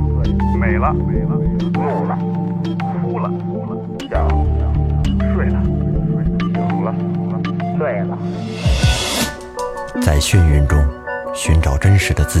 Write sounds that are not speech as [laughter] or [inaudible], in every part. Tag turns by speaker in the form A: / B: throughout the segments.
A: 了，美了，怒了，哭了，哭了，笑了，睡了，睡了，醒了，醉了。
B: 在眩晕中寻找真实的自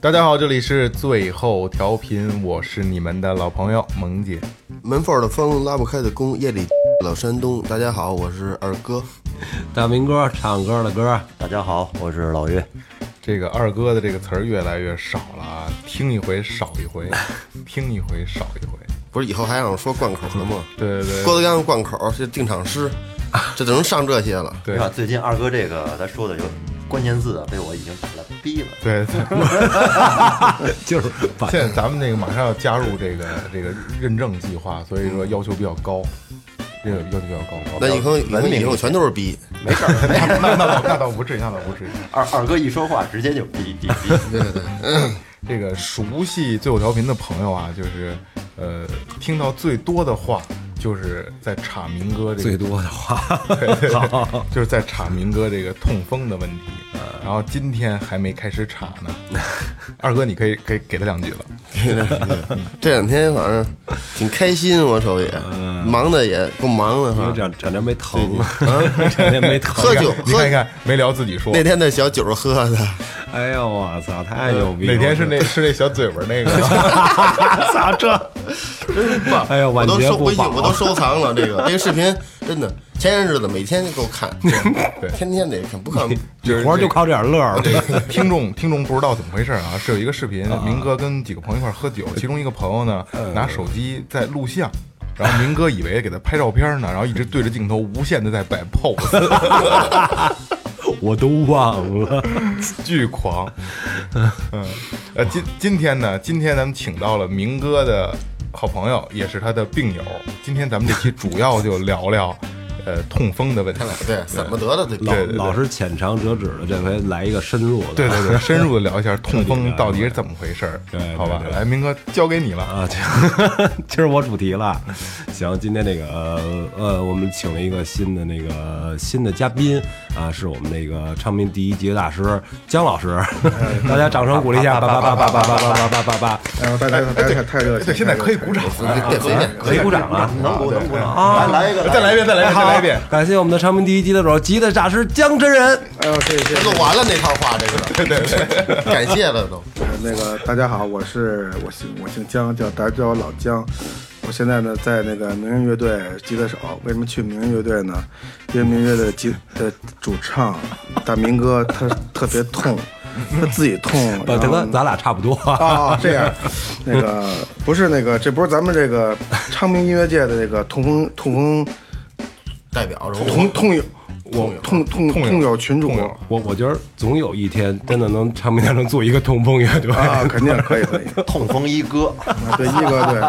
C: 大家好，这里是最后调频，我是你们的老朋友萌姐。
D: 门缝的风，拉不开的弓，夜里老山东。大家好，我是二哥。
E: 大明哥唱歌的歌，
B: 大家好，我是老岳。
C: 这个二哥的这个词儿越来越少了啊，听一回少一 [laughs] 回，听一回少一回。
D: 不是以后还让我说贯口了吗？
C: 对对对
D: 郭德纲贯口，这定场诗，这只能上这些了。
C: 对
F: 你看最近二哥这个他说的有关键字啊，被我已经打了逼了。
C: 对对。
D: [laughs]
E: 就是把
C: 现在咱们那个马上要加入这个这个认证计划，所以说要求比较高，这个要求比较高。
D: 那以后以后以后全都是逼，
F: 没事儿，没事儿。
C: 那那倒那倒不至于，那倒不至于。
F: 二二哥一说话直接就逼逼逼。
C: 这个熟悉最后调频的朋友啊，就是呃，听到最多的话就是在查明哥这个
E: 最多的话，
C: 对对对， [laughs] 就是在查明哥这个痛风的问题。然后今天还没开始查呢，二哥，你可以可以给他两
E: [laughs]
C: 句了。
D: 这两天反正挺开心，我手也忙的也够忙的
E: 因为
D: 哈。
E: 这 [laughs] 两两天没疼，
F: 嗯
E: [laughs] 两天没疼，
D: 喝酒
C: 你看一看，没聊自己说。
D: 那天那小酒喝的，
E: 哎呦我操，太牛逼了！
C: 哪天是那是那小嘴巴
E: [laughs]
C: 那个？
E: 咋这？哎呦，
D: 我
E: 晚
D: 都
E: 节
D: 收
E: 不
D: 回去，
E: 保，
D: 我都收藏了这个这个视频，真的前些日子每天给我看，
C: 对
D: 天天得看，不看
C: 就是
E: 活儿
C: 这
E: 就靠这点乐儿。
C: [laughs] 听众听众不知道怎么回事啊，哎是有一个视频，明哥跟几个朋友一块儿喝 [laughs] 酒，其中一个朋友呢拿手机在录像。然后明哥以为给他拍照片呢，然后一直对着镜头无限的在摆 [laughs] pose，
E: 我都忘了，
C: 巨狂。嗯，呃，今今天呢，今天咱们请到了明哥的好朋友，也是他的病友。今天咱们这期主要就聊聊， [laughs] 呃，痛风的问题
D: 他。俩对怎么得的这
E: 老
D: 病，
E: 老是浅尝辄止的，这回来一个深入的。
C: 对对对，深入的聊一下痛风到底是怎么回事儿，
E: 对对
C: 好吧？
E: 对
C: 来，明哥交给你了。
E: 啊，今 [laughs] 今儿我主题了。行，今天那个呃呃，我们请了一个新的那个新的嘉宾啊，是我们那个唱片第一级的大师姜老师，大家掌声鼓励一下，叭叭叭叭叭叭叭叭叭叭叭，
G: 然后大家大家太太热情，
C: 呃对，现在可以鼓掌
G: 啊
C: 了。
D: 对随便
E: 可以鼓掌了。
F: 能鼓能鼓掌啊！来来一个，
C: 再来一遍，再来一遍，再来一遍。
E: 感谢我们的唱片第一级的主级的大师姜真人，
G: 哎呦，谢谢谢谢。
D: 录完了那套话，这
G: [laughs]
D: 个对对对，感谢了都。
G: 呃那个大家好，我是我姓我姓姜，叫大家叫我老姜。我现在呢在那个名人乐队吉他手。为什么去名人乐队呢？因为名人乐队的吉的主唱大明哥他特别痛， [laughs] 他自己痛。
E: 不，大
G: 然后
E: 哥，呃咱俩差不多。
G: 啊，这样，那个不是那个，这不是咱们这个昌平音乐界的这个痛风痛风
D: 代表人物，
G: 痛痛友，我痛痛
C: 痛友
G: 痛友群主
C: 痛友
E: [laughs] 我我觉得总有一天真的能唱片当中做一个痛风乐队
G: 啊，肯定可以可以，
F: 痛风一哥，
G: 啊对一哥对。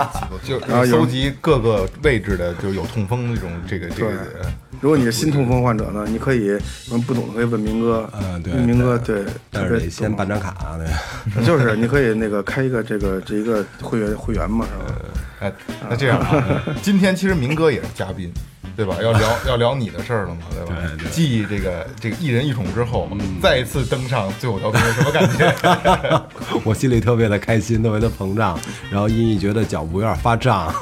C: 就
G: 然后
C: 是
G: 啊有
C: 搜集各个位置的，就是有痛风这种这个这个嗯
G: 对，如果你是新痛风患者呢，你可以有什么不懂的可以问明哥。
E: 嗯对
G: 因为明哥对，
E: [laughs] 但
G: 特
E: 是
G: 别
E: 得先办张卡啊，对。 [laughs]
G: 懂就是你可以那个开一个这个这一个会员会员嘛，是吧？
C: 哎，那这样
G: [laughs]
C: 啊，今天其实明哥也是嘉宾，对吧？要聊要聊你的事儿了嘛，对嗯吧？继这个这个一人一宠之后，再一次登上最后调频，什么感觉？ [laughs]
E: 我心里特别的开心，特别的膨胀，然后隐隐觉得脚步有点发胀。 [laughs]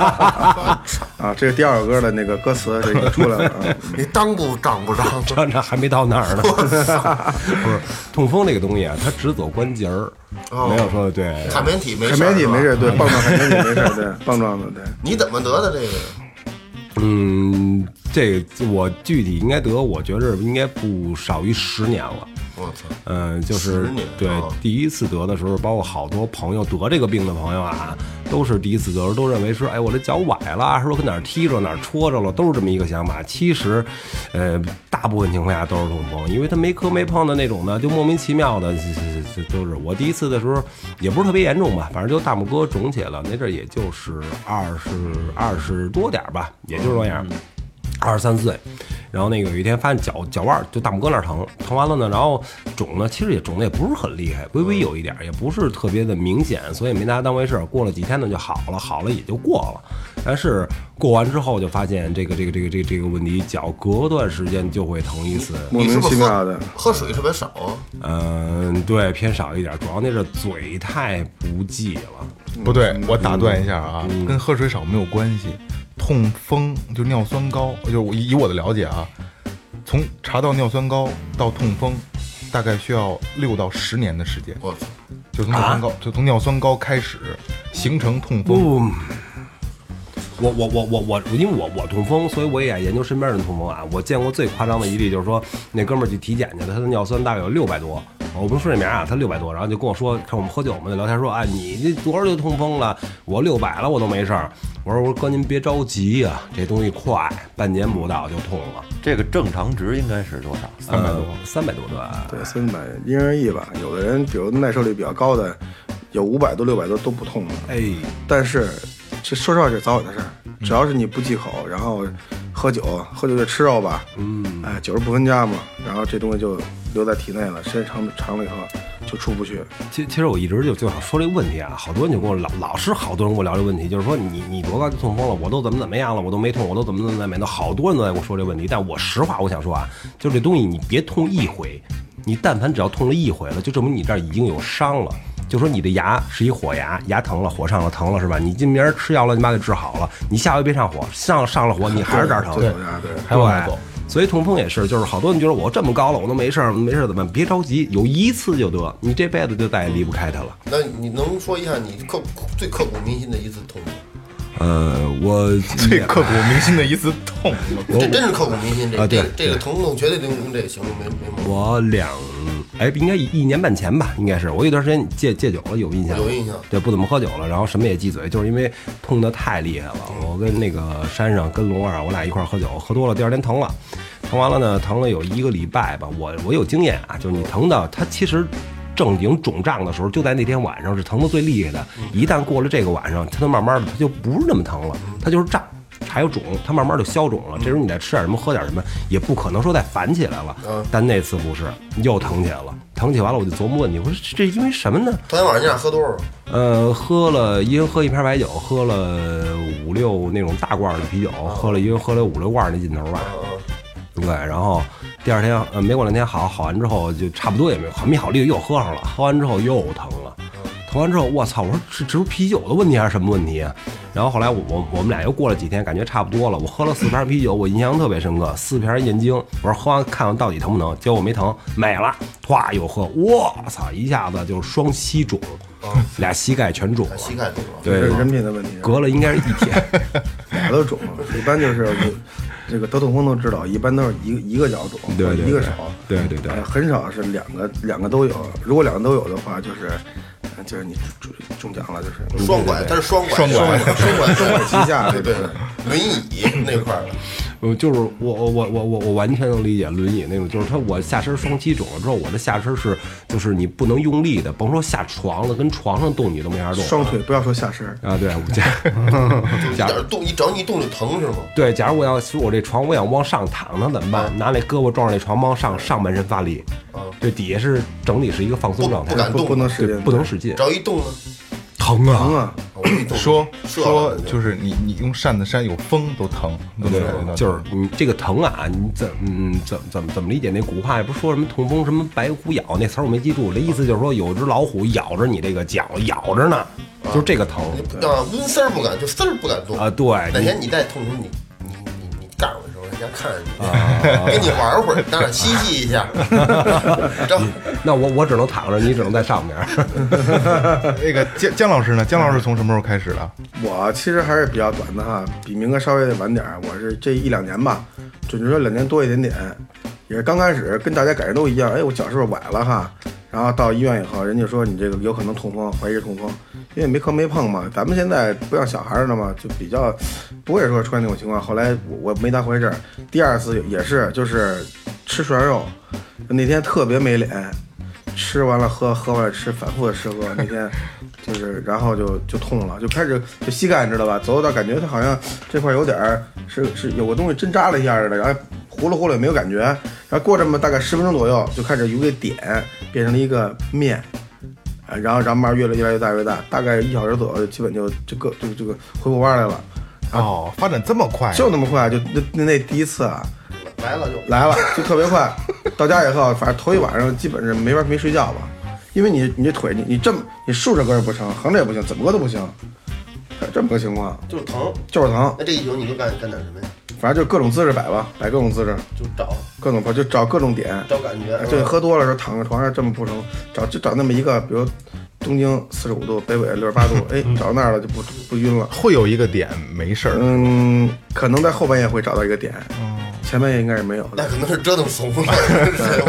G: 啊，这是第二首歌的那个歌词这个出来了啊。
D: 你当不长不长？
E: 当然还没到那儿呢， [laughs] 不是痛风这个东西啊，它只走关节儿，
D: 哦
E: 没有说对
D: 海绵体没
G: 海
D: 事儿
G: 绵体
D: 是吧
G: 没事，对，棒状海绵体没事，对，棒状的，对。
D: 你怎么得的这个？
E: 嗯，这个我具体应该得，我觉着应该不少于十年了。
D: 我操！
E: 嗯，就是
D: 十年
E: 对
D: 哦
E: 第一次得的时候，包括好多朋友得这个病的朋友啊，都是第一次的时候都认为是，哎，我这脚崴了，说跟哪儿踢着哪儿戳着了，都是这么一个想法。其实，呃，大部分情况下都是痛风，因为他没磕没碰的那种的，就莫名其妙的，这这这都是。我第一次的时候也不是特别严重吧，反正就大拇哥肿起来了，那阵儿也就是二十二十多点儿吧，也就是那样。
D: 嗯
E: 二十三岁，然后那个有一天发现脚脚腕儿就大拇哥那儿疼，疼完了呢，然后肿呢，其实也肿的也不是很厉害，微微有一点儿，也不是特别的明显，所以没拿当回事儿。过了几天呢就好了，好了也就过了。但是过完之后就发现这个这个这个这个、这个问题，脚隔段时间就会疼一次。
G: 莫
H: 你是
G: 名
H: 不
G: 其
H: 是
G: 妙的
H: 喝。喝水特别少啊？
E: 嗯，对，偏少一点儿，主要那是嘴太不济了。
C: 不对，我打断一下啊，跟喝水少没有关系。痛风就尿酸高，就是我以以我的了解啊，从查到尿酸高到痛风，大概需要六到十年的时间，
H: 我操，
C: 就从尿酸高、就从尿酸高开始形成痛风。
E: 不，嗯我我我我我，因为我我痛风，所以我也研究身边人痛风啊。我见过最夸张的一例就是说，那哥们儿去体检去了，他的尿酸大概有六百多，我不说这名儿啊，他六百多，然后就跟我说，看我们喝酒嘛，就聊天说，啊，你这多少就痛风了？我六百了，我都没事儿。我说我说哥您别着急呀、这东西快，半年不到就痛了，
B: 这个正常值应该是多少？
E: 三百多，三百多对。
G: 对，三百因人而异吧。有的人，比如耐受力比较高的，有五百多、六百多都不痛的。
E: 哎，
G: 但是，这说实话，这早晚的事儿。
E: 嗯
G: 只要是你不忌口，然后喝酒，喝酒就吃肉吧，嗯，哎，酒是不分家嘛，然后这东西就留在体内了，时间长长了以后就出不去。
E: 其其实我一直就就想说这个问题啊，好多人就跟我老老是好多人跟我聊这个问题，就是说你你多高就痛风了，我都怎么怎么样了，我都没痛，我都怎么怎么怎么样的，好多人都在跟我说这个问题。但我实话我想说啊，就是这东西你别痛一回，你但凡只要痛了一回了，就证明你这儿已经有伤了。就说你的牙是一火牙，牙疼了，火上了，疼了是吧？你今明儿吃药了，你妈给治好了，你下回别上火，上上了火你还是这儿疼。
G: 对对，
E: 还往下走。所以痛风也是，就是好多人觉得我这么高了，我都没事儿，没事儿怎么办？别着急，有一次就得，你这辈子就再也离不开它了。
H: 那你能说一下你刻最刻骨铭心的一次痛吗？
E: 呃，我
C: 最刻骨铭心的一次痛，
H: 这真是刻骨铭心，这
E: 啊对
H: 这这个疼痛绝对能用这个形容，没没毛病。
E: 我两哎，应该一一年半前吧，应该是我有段时间戒戒酒了，有印象，
H: 有印象
E: 对，不怎么喝酒了，然后什么也忌嘴，就是因为痛得太厉害了。我跟那个山上跟龙二，我俩一块儿喝酒，喝多了，第二天疼了，疼完了呢，疼了有一个礼拜吧。我我有经验啊，就是你疼的，它其实。正经肿胀的时候，就在那天晚上是疼的最厉害的。一旦过了这个晚上，它就慢慢的，它就不是那么疼了，它就是胀，还有肿，它慢慢就消肿了。这时候你再吃点什么，喝点什么，也不可能说再反起来了。但那次不是，又疼起来了。疼起完了，我就琢磨问题，我说这这因为什么呢？
H: 昨天晚上你俩喝多少？
E: 呃，喝了一人喝一瓶白酒，喝了五六那种大罐儿的啤酒，喝了一人喝了五六罐儿那劲头吧。对，然后第二天呃没过两天好，好完之后就差不多也没好没好利又喝上了，喝完之后又疼了，疼完之后我操，我说这这是啤酒的问题还是什么问题啊？然后后来我我我们俩又过了几天，感觉差不多了，我喝了四瓶啤酒，我印象特别深刻，四瓶燕京，我说喝完看看到底疼不疼，结果没疼，美了，唰又喝，我操，一下子就是双膝肿，
G: 啊
E: 俩膝盖全肿了，
H: 膝盖肿了。
E: 对
G: 这，是人品的问题，
E: 隔了应该是一
G: [laughs]
E: 天。
G: 俩都肿，一般就是我这个得痛风都知道，一般都是一个一个脚肿，
E: 对对对
G: 一个手，
E: 对对对
G: 呃很少是两个两个都有。如果两个都有的话，就是呃就是你中中奖了，就是
E: 嗯
H: 双拐，它是双拐，
C: 双
H: 拐
C: 拐，
H: 双拐，双拐
G: 膝下
H: 对对
E: [laughs]
H: 对，轮椅那块儿的，
E: 呃，就是我我我我我我完全能理解轮椅那种，就是他我下身双膝肿了之后，我的下身是就是你不能用力的，甭说下床了，跟床上动你都没法动。
G: 双腿不要说下身儿，
E: 啊，对，我假
G: [laughs]
H: 就一
E: 假
H: 点动，一只要你一动就疼是吗？
E: 对，假如我要我这床我想往上躺，那怎么办？拿那胳膊撞着那床，往上上半身发力，这底下是整体是一个放松状态
H: 不，敢
G: 嗯不
H: 动
G: 不能使
E: 啊对，
G: 劲，
E: 不能使劲
H: 只，要一动呢，
E: 疼
G: 疼
E: 啊，
G: 啊！
H: 我一动
C: 说
H: 射
C: 说
H: 了
C: 就是你你用扇子扇有风都疼，都
E: 对
C: 觉得，
E: 就是你这个疼啊，你怎嗯怎怎么怎么理解那古话也不是说什么痛风什么白虎咬那词儿我没记住，那意思就是说有只老虎咬着你这个脚咬着呢，就是这个疼
H: 啊，温丝儿不敢，就丝儿不敢动
E: 啊，。对，
H: 哪
E: 你
H: 天你再痛时候，你你你你干我的时候，人家看着你， [laughs] 跟你玩会儿，当然嬉戏一下，知道吗？
E: 那我我只能躺着，你只能在上面。
C: 那个姜姜老师呢？姜老师从什么时候开始的？
G: 我其实还是比较短的哈，比明哥稍微晚点儿。我是这一两年吧，准确说两年多一点点，也是刚开始跟大家感觉都一样。哎，我脚是不是崴了哈？然后到医院以后，人家说你这个有可能痛风，怀疑是痛风，因为没磕没碰嘛。咱们现在不像小孩儿了嘛，就比较不会说出现那种情况。后来我我没当回事儿，第二次也是就是吃涮肉，那天特别没脸，吃完了喝，喝完了吃，反复的吃喝。那天就是，然后就就痛了，就开始就膝盖，你知道吧？走到感觉它好像这块有点儿是是有个东西针扎了一下似的，然后糊了糊了也没有感觉。然后过这么大概十分钟左右，就开始由一个点变成了一个面，啊，然后然后慢慢越来越来越大越大，大概一小时左右，基本就就个就这个回不弯来了，
C: 哦，发展这么快啊，
G: 就那么快，就那那那第一次啊。
H: 哎来了就
G: 来了，就特别快。到家以后，反正头一晚上基本上没法没睡觉吧，因为你你这腿你你这么你竖着搁也不成，横着也不行，怎么搁都不行，这么个情况
H: 就疼。
G: 就是疼，
H: 那这一宿你就干干点什么呀？
G: 反正就各种姿势摆吧，摆各种姿势，
H: 就找
G: 各种就找各种点。
H: 找感觉。嗯
G: 对，
H: 是吧
G: 喝多了时候躺在床上这么不成，找就找那么一个，比如东经四十五度，北纬六十八度，
H: [laughs]
G: 哎，找到那儿了就不不晕了。
C: 会有一个点没事儿，
G: 嗯，可能在后半夜会找到一个点，
H: 嗯
G: 前半夜应该是没有的。
H: 那可能是折腾怂了。是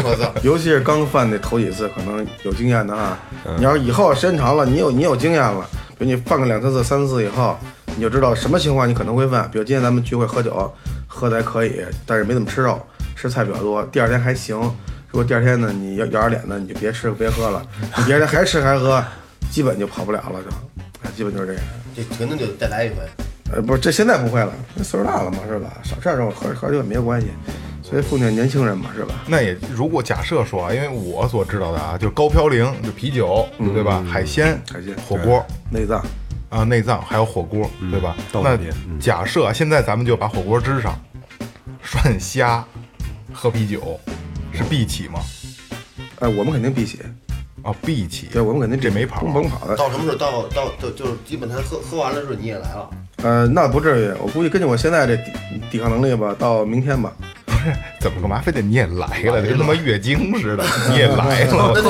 H: 我操！
G: 尤其是刚犯那头几次，可能有经验的啊。你要是以后时间长了，你有你有经验了，比如你犯个两三次、三四次以后，你就知道什么情况你可能会犯。比如今天咱们聚会喝酒，喝的还可以，但是没怎么吃肉，吃菜比较多。第二天还行，如果第二天呢你要要点脸呢，你就别吃别喝了。你第二天还吃还喝，基本就跑不了了，就，哎基本就是这样。
H: 这肯定得再来一回。
G: 呃，不是，这现在不会了，那岁数大了嘛，是吧？少吃点肉，喝喝酒也没有关系。所以奉劝年轻人嘛，是吧？
C: 那也如果假设说啊，因为我所知道的啊，就是高嘌呤，就啤酒，对吧？嗯海鲜、
G: 海鲜
C: 火锅
G: 内脏。
C: 啊，内脏还有火锅，对吧？
E: 豆
C: 那
E: 制品嗯
C: 假设啊现在咱们就把火锅支上，涮虾，喝啤酒，是必起吗？
G: 哎，我们肯定必写，
C: 啊，必起。
G: 对，我们肯定
C: 这没跑
G: 不甭跑的。
H: 到什么时候？到到就就是基本上喝喝完了时候你也来了。
G: 呃，那不至于，我估计根据我现在这抵抵抗能力吧，到明
H: [laughs]
G: 天吧。
C: 怎么干嘛？非得你也来了，就跟他妈月经似的，你也来
D: [laughs]
C: 了。
H: 那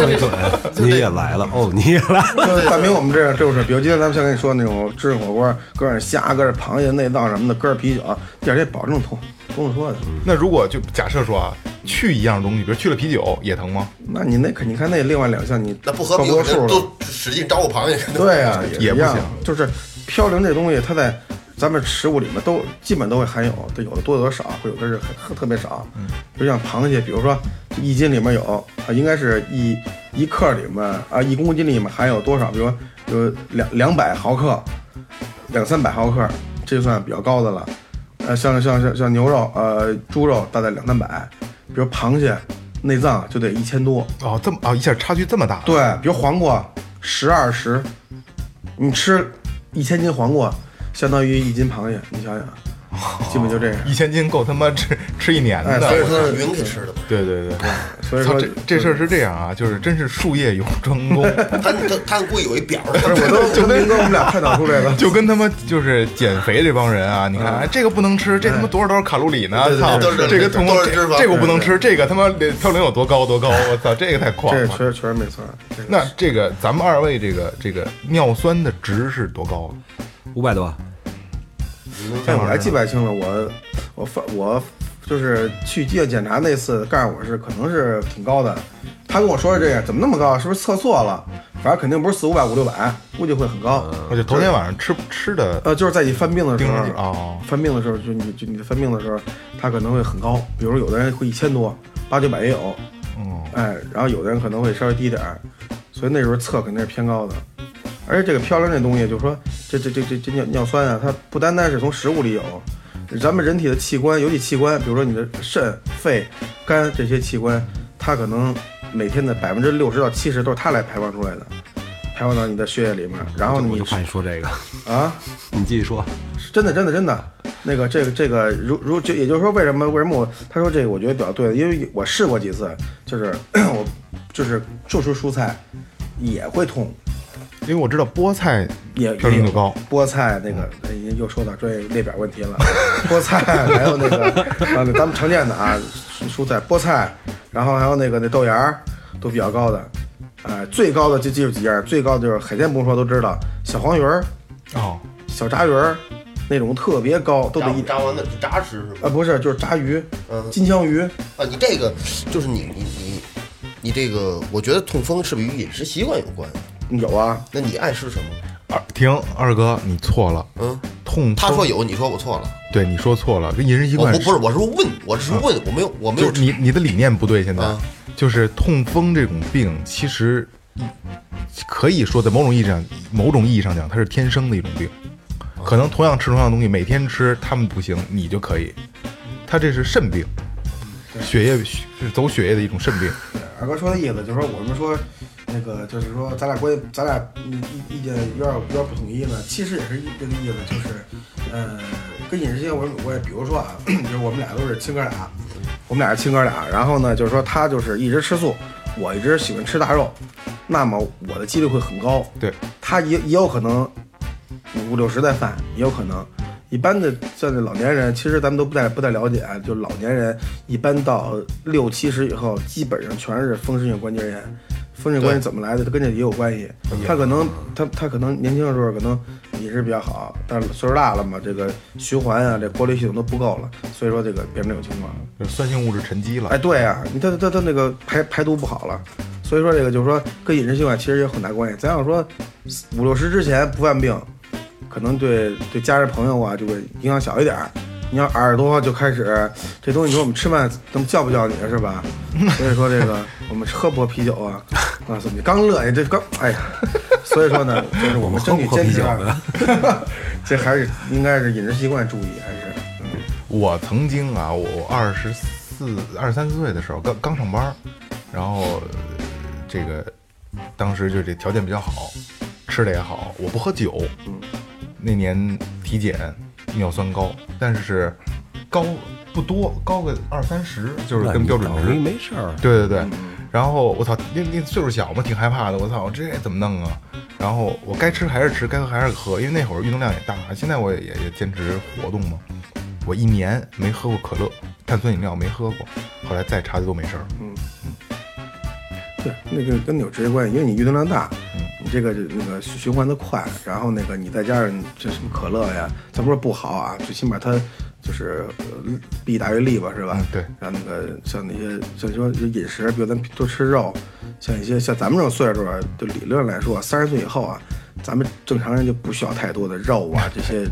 H: 这
E: 你也来了哦，你也来了，
G: 就是大明，我们这样就是，比如今天咱们像跟你说那种吃火锅，搁点虾，搁点螃蟹、内脏什么的，搁点啤酒，第二天保证痛，不用说的。
C: [laughs]
H: 嗯
C: 那如果就假设说啊，去一样东西，比如去了啤酒也疼吗？
G: 那你那肯，你看那另外两项你
H: 那不喝
G: 够
H: 啤
G: 不
H: 酒
G: 够数了？
H: 都使劲找我螃蟹。
G: 对啊，
C: 也
G: 一
C: 不
G: 样
C: 行。
G: 就是嘌呤这东西，它在咱们食物里面都基本都会含有，它有的多有的少，会有的是很特别少。
C: 嗯
G: 就像螃蟹，比如说一斤里面有啊，应该是一一克里面啊，一公斤里面含有多少？比如说有两两百毫克，两三百毫克，这就算比较高的了。呃，像像像像牛肉，呃，猪肉大概两三百，比如螃蟹内脏就得一千多。
C: 哦，这么哦，一下差距这么大。
G: 对，比如黄瓜十二十，你吃一千斤黄瓜，相当于一斤螃蟹，你想想，基本就 [laughs] 这样。
C: 一千斤够他妈吃吃一年
G: 哎
C: 的。
G: 所以说
H: 是云给吃的吧？
C: 对对对，
G: 所以
C: 操
G: 说
C: 这这事儿是这样啊，就是真是术业有专攻，。
H: 他他他估计有一表，
G: 不是我都就跟哥我们俩探讨出来了
C: [laughs] 就跟他妈就是减肥这帮人啊，你看哎这个不能吃，这他妈多少多少卡路里呢？
H: 对对
C: 操
H: 对对，对
C: 这个痛风
H: 都是
C: 这
H: 脂肪
C: 这个我不能吃，这个他妈嘌呤有多高多高，我操，这个太狂
G: 这
C: 了
G: 确。实确实没错儿。这个
C: 那这个咱们二位这个这个尿酸的值是多高啊？
E: 五百多，
G: 但我还记不太清了，我我发我就是去医院检查那次，告诉我是可能是挺高的。他跟我说是这样，怎么那么高？是不是测错了？反正肯定不是四五百五六百，估计会很高。
C: 我就头天晚上吃吃的
G: 呃，就是在你犯病的时
C: 盯
G: 候
C: 上去，哦
G: 犯病的时候，就你就你犯病的时候，它可能会很高，比如有的人会一千多，八九百也有，
C: 哦，
G: 哎，然后有的人可能会稍微低点儿，所以那时候测肯定是偏高的。而且这个嘌呤这东西，就是说这这这这这尿尿酸啊，它不单单是从食物里有，咱们人体的器官，尤其器官，比如说你的肾、肺、肝这些器官，它可能每天的百分之六十到七十都是它来排放出来的，排放到你的血液里面，然后
E: 我
G: 你
E: 就怕你说这个，
G: 啊。
E: [laughs] 你继续说，
G: 真的，真的，真的，那个，这个，这个，如如就也就是说，为什么为什么我他说这个，我觉得比较对的，因为我试过几次，就是 [coughs] 我就是就吃蔬菜也会痛，
C: 因为我知道菠菜
G: 也
C: 嘌呤就高，
G: 菠菜那个，哎又说到专业列表问题了。 [laughs] 菠菜还有那个，啊，咱们常见的啊，蔬蔬菜、菠菜，然后还有那个那豆芽儿，都比较高的。呃，最高的就记住几样，最高的就是海鲜不用说都知道，小黄鱼儿、
C: 哦，
G: 小炸鱼儿，那种特别高，都得一
H: 扎完了扎吃是
G: 啊，
H: 吗？
G: 不是，就是炸鱼
H: 嗯，
G: 金枪鱼，
H: 啊，你这个就是你你你
D: 你这个，我觉得痛风是不是与饮食习惯有关？
G: 有啊，
D: 那你爱吃什么？
C: 二停，二哥你错了，
D: 嗯，
C: 痛风
D: 他说有，你说我错了。
C: 对你说错了，跟饮食习
D: 我
C: 惯
D: 不不是，我是问，我是问，我没有，我没有
C: 就是你你的理念不对，现在、
D: 啊
C: 就是痛风这种病，其实嗯可以说在某种意义上，某种意义上讲，它是天生的一种病。可能同样吃同样的东西，每天吃他们不行，你就可以。它这是肾病，血液血是走血液的一种肾病。
G: 二哥说的意思就是说，我们说那个就是说，咱俩关系，咱俩意意意见有点有点不统一呢，其实也是这个意思，就是呃，跟饮食习惯我也我也比如说啊， [clears throat] 就是我们俩都是亲哥俩，我们俩是亲哥俩，然后呢，就是说他就是一直吃素，我一直喜欢吃大肉，那么我的几率会很高，
C: 对，
G: 他也也有可能五六十再犯，也有可能。一般的像这老年人，其实咱们都不太不太了解啊，就老年人一般到六七十以后，基本上全是风湿性关节炎。风湿性关节怎么来的，它跟这也有关系。他可能他他可能年轻的时候可能饮食比较好，但是岁数大了嘛，这个循环啊，这过滤系统都不够了，所以说这个变成这种情况。
C: 就是酸性物质沉积了，
G: 哎，对啊，你他他他那个排排毒不好了，所以说这个就是说跟饮食习惯其实有很大关系。咱要说五六十之前不犯病，可能对对家人朋友啊就会影响小一点儿。你要耳朵就开始这东西，你说我们吃饭怎么叫不叫你啊，是吧？所以说这个我们喝不喝啤酒啊？啊，怎么刚乐呀？这刚哎呀，所以说呢，就是 [laughs] 我们争取坚持啊， [laughs] 这还是应该是饮食习惯注意，还是
C: 我曾经啊，我我二十四、二十三四岁的时候，刚刚上班儿，然后呃这个当时就这条件比较好，吃的也好，我不喝酒。那年体检尿酸高，但是高不多，高个二三十，就是跟标准值
E: 没。没事儿，
C: 对对对，
G: 嗯
C: 然后我操，那那岁数小嘛，挺害怕的。我操，这怎么弄啊？然后我该吃还是吃，该喝还是喝，因为那会儿运动量也大，现在我也也也坚持活动嘛。我一年没喝过可乐，碳酸饮料没喝过，后来再查的都没事儿。
G: 嗯对，那个跟你有直接关系，因为你运动量大，
C: 嗯
G: 你这个那个循环的快，然后那个你再加上这什么可乐呀，咱不是不好啊，最起码它就是呃弊大于利吧，是吧？
C: 嗯对
G: 然后那个像那些像说饮食，比如咱多吃肉，像一些像咱们这种岁数啊，就理论来说，三十岁以后啊，咱们正常人就不需要太多的肉啊这些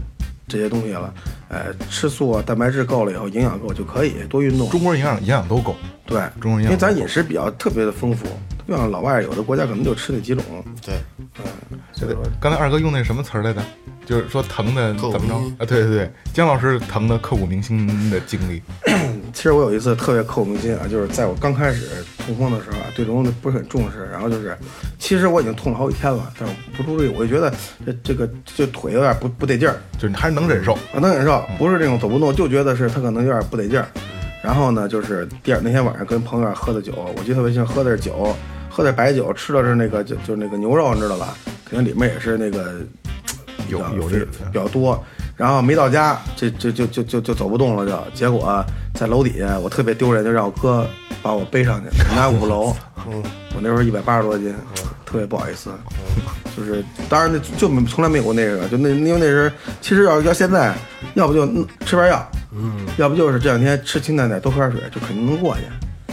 G: 这些东西了。呃，吃素啊，蛋白质够了以后，营养够就可以多运动。
C: 中国人营养营养都够，
G: 对，
C: 中国人营
G: 因为
C: 养
G: 咱饮食比较特别的丰富，不像老外有的国家可能就吃那几种。
D: 对，
C: 对对刚才二哥用那什么词儿来着？就是说疼的
D: 刻骨
C: 怎么着
D: 铭心
C: 啊？对对对，姜老师疼的刻骨铭心的经历，
G: 其实我有一次特别刻骨铭心啊，就是在我刚开始痛风的时候啊，对这东西不是很重视，然后就是，其实我已经痛了好几天了，但是我不注意，我就觉得这这个这腿有点不不得劲儿，
C: 就是你还是能忍受。
G: 我能忍受，
C: 嗯
G: 不是那种走不动，就觉得是他可能有点不得劲儿。然后呢，就是第二那天晚上跟朋友喝的酒，我记得特别清，喝的是酒，喝的是白酒，吃的是那个就就是那个牛肉，你知道吧？肯定里面也是那个
C: 有
G: 比较
C: 有这
G: 比比较多。然后没到家，这这就就就就走不动了就，结果、在楼底下，我特别丢人，就让我哥把我背上去，我们家五楼， [laughs] 嗯，我那时候一百八十多斤，特别不好意思，就是当然那就没从来没有过那个，就那因为那时候其实要要现在，要不就嗯吃片药，嗯，要不就是这两天吃清淡点，多喝点水，就肯定能过去。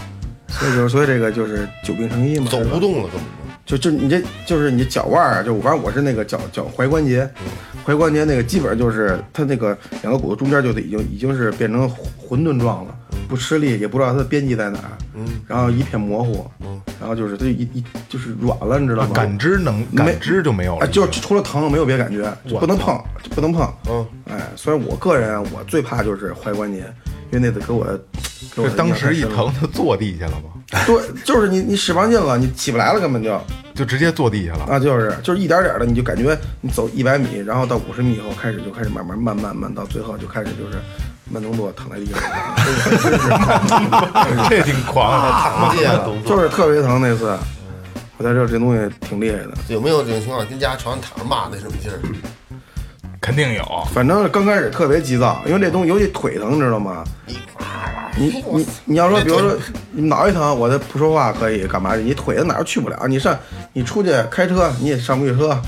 G: 所以就是所以这个就是久病成医嘛，
D: 走
G: 是吧
D: 不动了，根本
G: 就就你这就是你脚腕儿啊，就反正我是那个脚脚踝关节，
C: 嗯
G: 踝关节那个基本上就是它那个两个骨头中间就是已经已经是变成混沌状了，不吃力也不知道它的边际在哪儿，
C: 嗯
G: 然后一片模糊，然后就是它就一一就是软了，你知道吗？
C: 啊感知能
G: 没
C: 感知就没有了
G: 啊，
C: 已
G: 就
C: 经，
G: 是除了疼没有别的感觉，就不能碰，就不能碰。嗯，哎，所以我个人我最怕就是踝关节，因为那次给我给我
C: 就当时一
G: 影响太深了
C: 疼就坐地下了嘛，
G: 对，就是你你使不上劲了，你起不来了，根本就。
C: 就直接坐地下了。
G: 啊，就是就是一点点的，你就感觉你走一百米，然后到五十米以后开始就开始慢慢慢慢慢到最后就开始就是慢动作躺在地上，
C: [laughs] 这挺狂啊！
D: 不戒了。
G: [laughs] 就是特别疼那次。我才知道这东西挺厉害的，
D: 有没有这种情况？跟家床上躺着骂那什么劲儿？
C: 肯定有。
G: 反正刚开始特别急躁，因为这东西尤其腿疼，你知道吗？你你你要说，比如说你脑袋疼，我这不说话可以干嘛？你腿哪儿去不了？你上你出去开车你也上不去车，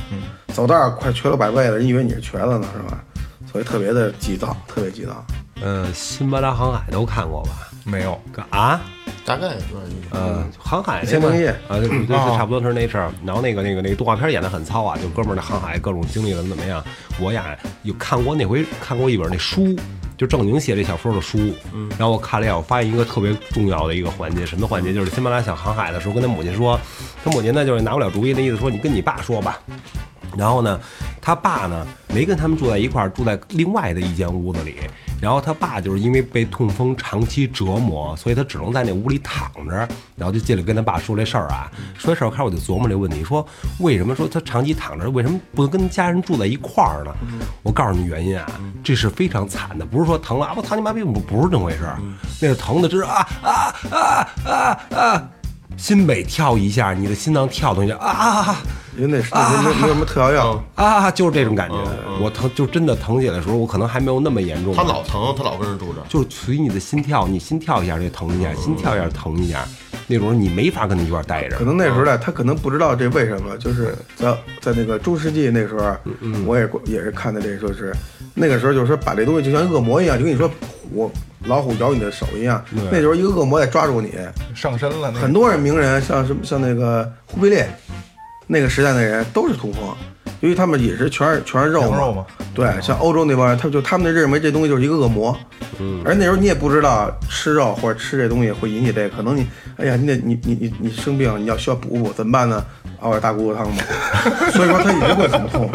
G: 走道儿快瘸了百倍了，人以为你是瘸子呢是吧？所以特别的急躁，特别急躁。
E: 呃，辛巴达航海都看过吧？
C: 没有，
E: 啊，
D: 大概多少亿？
E: 呃，航海
G: 千
E: 那个
G: 零夜
E: 啊，对，对对差不多是 Nature。然后那个那个那个动画片演的很糙啊，就哥们儿那航海各种经历了怎么样？我呀有看过那回看过一本那书，就郑宁写这小说的书。嗯，然后我看了一眼，我发现一个特别重要的一个环节，什么环节？就是辛巴拉想航海的时候，跟他母亲说，他母亲呢就是拿不了主意，那意思说你跟你爸说吧。然后呢，他爸呢没跟他们住在一块儿，住在另外的一间屋子里。然后他爸就是因为被痛风长期折磨，所以他只能在那屋里躺着。然后就进来跟他爸说这事儿啊，说这事儿，开始我就琢磨这个问题，说为什么说他长期躺着，为什么不能跟家人住在一块儿呢？我告诉你原因啊，这是非常惨的，不是说疼了啊，我操你妈逼，不不是这么回事儿，那是疼的，真是啊啊啊啊啊，心每跳一下，你的心脏跳动一下啊啊啊！
G: 因为那那没 [laughs] 没有什么特效药，
E: 啊，就是这种感觉。
G: 嗯
E: 我疼，就真的疼起来的时候，我可能还没有那么严重。
D: 他老疼，他老跟人住着。
E: 就是随你的心跳，你心跳一下就疼一
G: 嗯
E: 下，心跳一下疼一下，那种你没法跟他一块儿待着
G: 可。能那时候呢，他可能不知道这为什么，就是在在那个中世纪那时候，啊我也过也是看的这，说是那个时候就是说把这东西就像恶魔一样，就跟你说虎老虎咬你的手一样，那时候一个恶魔也抓住你，
C: 上身了那个。
G: 很多人名人像什么像那个忽必烈，那个时代的人都是痛风，因为他们也是全是全是肉嘛。
C: 羊肉嘛
G: 对，像欧洲那帮人，他们就他们就认为这东西就是一个恶魔。嗯。而那时候你也不知道吃肉或者吃这东西会引起这，可能你哎呀，你得你你你你生病，你要需要补补，怎么办呢？熬点大骨头汤
C: [laughs]
G: 吧。所以说他一定会很痛，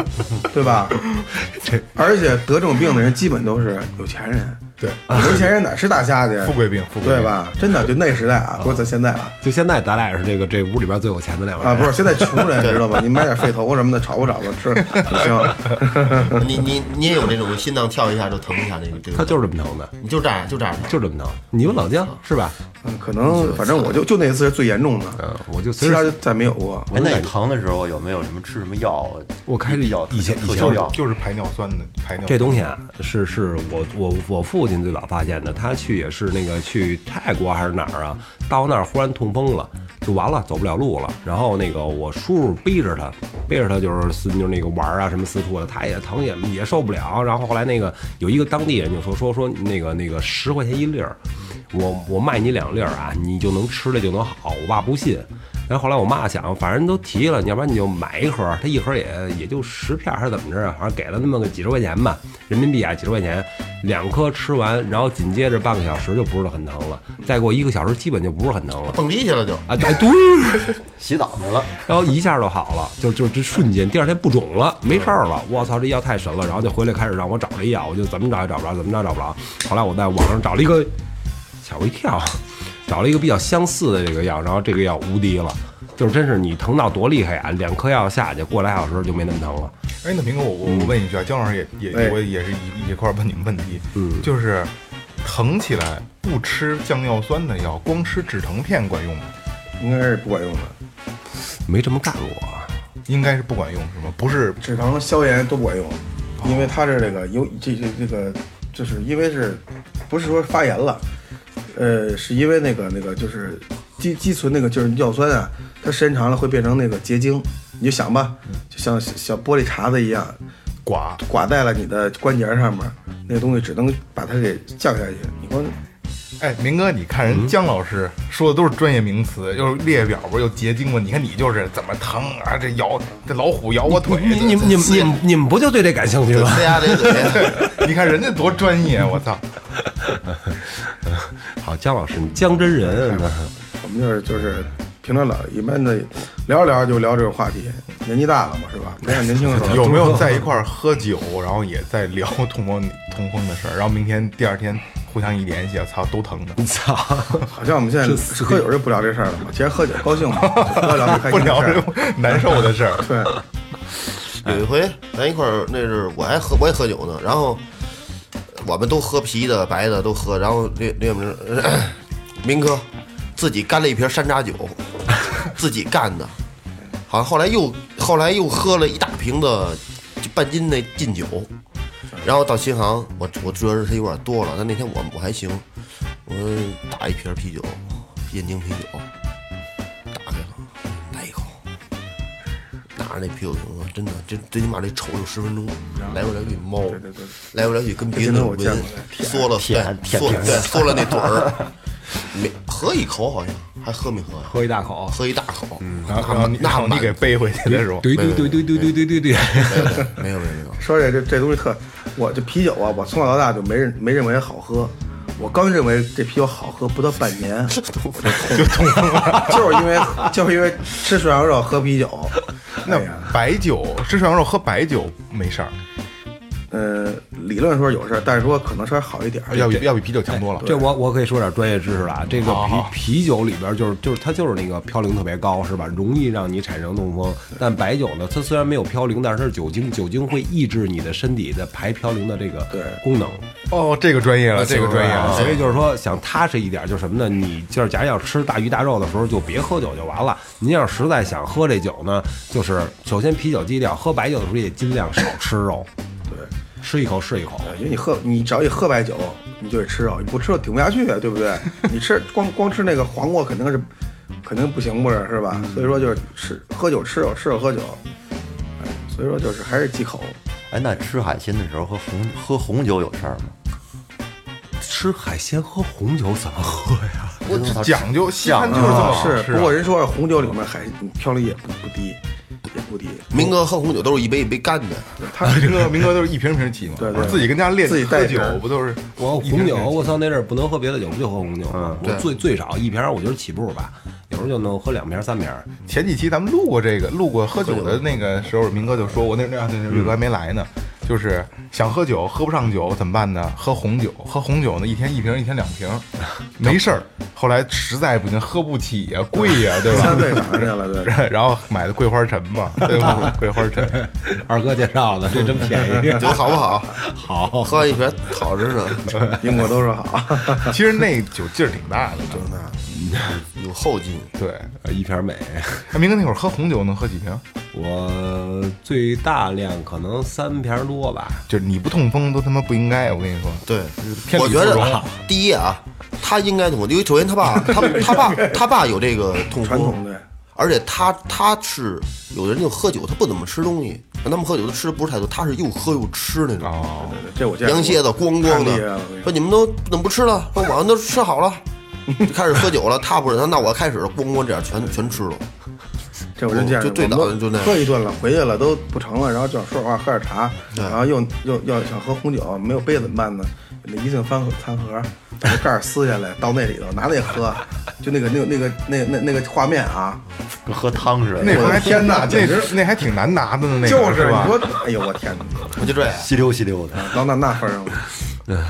G: 对吧？而且得这种病的人基本都是有钱人。
C: 对，
G: 有钱人哪吃大虾去？
C: 富贵病富贵病
G: 对吧？真的，就那时代啊，不是咱现在啊。
E: 就现在咱俩是这个这屋里边最有钱的两个人
G: 啊，不是，现在穷人知道吧？你买点肺头什么的炒不炒吧，吃就行。
D: 你你你也有这种心脏跳一下就疼一下那个这个，
E: 他就是这么疼的，
D: 你就这样就这样。
E: 就这么疼。你们冷静是吧？
G: 嗯可能反正我就就那一次是最严重的，
E: 嗯，我就
G: 其
E: 随
G: 他就
E: 时
G: 再没有过。
B: 哎，那你疼的时候有没有什么吃什么药？
E: 我开始
B: 药，
E: 以前以
B: 特
E: 前
B: 效药，
C: 就是排尿酸的排尿
E: 这东西啊，是是我我我父亲最早发现的，他去也是那个去泰国还是哪儿啊，到那儿忽然痛风了，就完了，走不了路了。然后那个我叔叔逼着他，逼着他就是四就是那个玩儿啊什么四处的，他也疼也也受不了。然后后来那个有一个当地人就说说说那个那个十块钱一粒儿，我我卖你两粒儿啊，你就能吃了就能好。我爸不信。然后后来我妈想，反正都提了，你要不然你就买一盒，它一盒也也就十片还是怎么着啊，反正给了那么个几十块钱吧，人民币啊几十块钱，两颗吃完，然后紧接着半个小时就不是很疼了，再过一个小时基本就不是很疼了。
D: 蹦迪去了就，
E: 啊，对对，
B: 洗澡去了，
E: 然后一下就好了，就就这瞬间，第二天不肿了，没事儿了。我操，这药太神了！然后就回来开始让我找这药，我就怎么找也找不着，怎么找也找不着。后来我在网上找了一个，吓我一跳，找了一个比较相似的这个药，然后这个药无敌了，就是真是你疼到多厉害啊！两颗药下去，过俩小时就没那么疼了。
C: 哎，那明哥，我我我问一句啊，姜老师也
G: 哎
C: 也我也是一一块儿问你们问题，嗯，就是疼起来不吃降尿酸的药，光吃止疼片管用吗？
G: 应该是不管用的，
E: 没这么干过，
C: 应该是不管用是吗？不是
G: 止疼、消炎都不管用，因为它是这个有这这这个，就是因为是不是说发炎了，呃，是因为那个那个就是积积存那个就是尿酸啊，它时间长了会变成那个结晶，你就想吧，就像小小玻璃碴子一样，
C: 寡
G: 刮在了你的关节上面，那个东西只能把它给降下去。你光
C: 哎，明哥，你看
E: 嗯
C: 人姜老师说的都是专业名词，又是列表不是又结晶吗？你看你就是怎么疼啊？这咬这老虎咬我腿，
E: 你你们你们你们你们不就对这感兴趣吗？
D: 呲牙咧嘴。
C: 对你看人家多专业，我
E: [laughs]
C: 操！
E: 好，姜老师，你姜真人，
G: 我们就是就是平常老一般的聊着聊着就聊这种话题，年纪大了嘛是
C: [laughs]
G: 吧？没像年轻的时候
C: 有没有在一块儿喝酒，然后也在聊痛 [laughs] 风痛风的事儿？然后明天第二天互相一联系，操，都疼的。
E: 你操！
G: 好像我们现在喝酒就不聊这事儿了嘛。其实喝酒
C: [laughs]
G: 高兴嘛，不聊这开
C: 不
G: 心的
C: 聊
G: 事
E: 啊
C: 这
G: 儿。
C: 种难受的事
E: [laughs]
C: 儿，
G: 对，
D: 有一回咱一块儿，那是我还喝我也喝酒呢，然后我们都喝啤的、白的都喝，然后那那明明哥自己干了一瓶山楂
G: [laughs]
D: 酒，自己干的，好像后来又后来又喝了一大瓶的就半斤那劲酒，然后到新航，我我觉得是有点多了，但那天我我还行，我打一瓶啤酒，燕京啤酒，打开了，来一口。拿着那啤酒瓶子，真的，这最起码得瞅瞅十分钟，来回来去猫，
G: 对对
D: 来回来去跟鼻子那
G: 这真的我见
D: 闻
G: 过，
D: 缩了，
B: 舔
D: 对
B: 舔
D: 缩
B: 舔
D: 对缩了那腿儿，没喝一口好像还喝没喝呀？
E: 喝一大口，
D: 喝一大口，
C: 嗯然后然后你
D: 那
C: 然后你给背回去的时候，
E: 对对对对对对对对对，
D: 没有没有没 [laughs] 有，
G: 说这这这东西特，我这啤酒啊，我从小到大就没认没认为好喝。我刚认为这啤酒好喝不到半年， [laughs] 就痛了，就是因为就是因为吃涮羊肉喝啤酒，
C: 那
G: 哎呀
C: 白酒吃涮羊肉喝白酒没事儿，
G: 呃，理论说有事儿，但是说可能稍微好一点儿。
C: 要比要比啤酒强多了。
E: 这我我可以说点专业知识了啊。这个啤啤酒里边就是就是它就是那个嘌呤特别高，是吧？容易让你产生痛风。但白酒呢，它虽然没有嘌呤，但是它是酒精，酒精会抑制你的身体的排嘌呤的这个
G: 对
E: 功能。
C: 哦，这个专业了，这个专业
E: 啊，
C: 了。
E: 所以就是说，想踏实一点，就是什么呢？你就是假如要吃大鱼大肉的时候，就别喝酒就完了。您要是实在想喝这酒呢，就是首先啤酒基调，喝白酒的时候也尽量少吃肉，
G: 对，
E: 吃一口是一口。
G: 因为你喝，你只要一喝白酒，你就得吃哦肉，你不吃肉顶不下去，啊对不对？你吃光光吃那个黄瓜肯定是肯定不行，不是是吧？所以说就是吃喝酒吃肉，吃肉喝酒，哎，所以说就是还是忌口。
B: 哎，那吃海鲜的时候喝红喝红酒有事儿吗？
E: 吃海鲜喝红酒怎么喝呀？
C: 我讲究西餐就是这么
G: 啊是，
C: 吃
G: 不
C: 啊
G: 过人说红酒里面哎海嘌呤也不不低，也不低。
D: 明哥喝红酒都是一杯一杯干的，
C: 他明哥明哥都是一瓶一瓶起嘛，
G: 啊对对
C: 自己跟家练
G: 自己
C: 喝
G: 带
C: 酒
G: 瓶儿
C: 不都是
E: 我
C: 一瓶
E: 红
C: 一
E: 酒，
C: 瓶起
E: 我操，那阵儿不能喝别的酒，不就喝红酒吗？我
D: 对
E: 最最少一瓶儿，我觉得起步吧，有时候就能喝两瓶儿、三瓶儿。
C: 前几期咱们录过这个，录过喝酒的那个时候，明哥就说过，那那那
G: 嗯
C: 那岳哥还没来呢，就是想喝酒喝不上酒怎么办呢？喝红酒，喝红酒呢一天一瓶，一天两
G: [laughs]
C: 瓶，没事儿。后来实在不行喝不起呀、贵呀、对
G: 相对
C: 吧？
G: 涨上去了，对。
C: [laughs] 然后买的桂花陈嘛，对吧？桂花陈，
E: 二哥介绍的，这真便宜。
D: [laughs] 酒好
C: [laughs]
D: 不好？
E: 好，
D: 喝完一瓶好着呢，
G: 英国都说好，
C: 其实那酒劲儿挺大的呢。
D: 有后劲。
C: 对，
E: 一瓶儿美。
C: 那明哥那会儿喝红酒能喝几瓶？
E: 我最大量可能三瓶儿多吧。
C: 就是你不痛风都他妈不应该，我跟你说。
D: 对，
C: 偏
D: 我
C: 理
D: 觉
C: 不
D: 得
C: 容
D: 啊第一啊，他应该痛，因为首先他爸，他
C: [laughs]
D: 他爸他爸有这个痛
G: 传
D: 风
G: 统对，
D: 而且他他是有的人就喝酒，他不怎么吃东西，他们喝酒都吃的不是太多，他是又喝又吃那种。
C: 哦，
G: 这我见过
D: 羊蝎子咣咣
G: 太厉害
D: 的
G: 了我跟你，
D: 说你们都怎么不吃了？说我们都吃好了， [laughs] 就开始喝酒了。他不是，他那我开始咣咣这样全全吃了。
G: 这我真见识
D: 就最早
G: 我们
D: 就那样
G: 喝一顿了，回去了都不成了，然后就想说实话喝点茶，然后又又要想喝红酒，没有杯子怎么办呢？那一性餐盒餐盒，把这盖儿撕下来倒那里头，拿那喝，就那个那个那个那个那那个画面啊，
B: 跟喝汤似的。
C: 那会儿还挺
G: 天哪
C: 那
G: 简直
C: 那还挺难拿的呢，那个
G: 就是
C: 吧
G: 你？说，哎呦我天哪，
D: 我就这样，
B: 吸溜吸溜的。
G: 到那那份儿上了，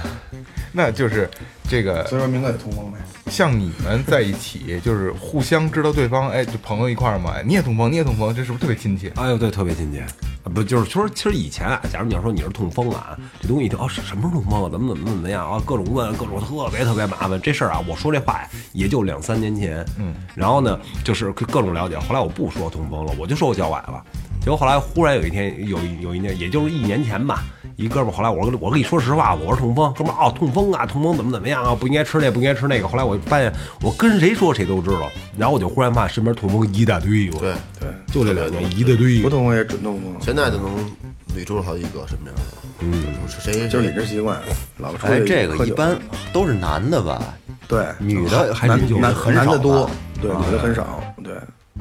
C: 那就是这个
G: 所以说明哥得痛风呗。
C: 像你们在一起，就是互相知道对方，哎，就朋友一块儿嘛，哎你也痛风，你也痛风，这是不是特别亲切？
E: 哎呦，对，特别亲切。啊不就是说，其实以前啊，假如你要说你是痛风啊，这东西一听哦，什什么是痛风啊，怎么怎么怎么样啊，各种问，各种特别特别麻烦。这事儿啊，我说这话呀也就两三年前，嗯，然后呢，就是各各种了解。后来我不说痛风了，我就说我脚崴了。结果后来忽然有一天，有一有一年，也就是一年前吧，一哥们儿后来我跟我跟你说实话，我是痛风，哥们儿哦，痛风啊，痛风怎么怎么样啊，不应该吃这，不应该吃那个。后来我就发现，我跟谁说谁都知道，然后我就忽然发现身边痛风一大堆，我
D: 对，
G: 对，
E: 就这两年一大堆
G: 不。痛风也准痛风，
D: 现在就能捋出好几个什么样的。嗯，谁
G: 就是饮
D: 谁
G: 食习惯，老出
B: 哎，
G: 去
B: 这个
G: 喝
B: 一
G: 酒
B: 般都是男的吧？
G: 对，
B: 女的还
G: 男
B: 真就
G: 男
B: 很
G: 男
B: 少
G: 的
B: 吧啊
G: 多，对，女的很少，对，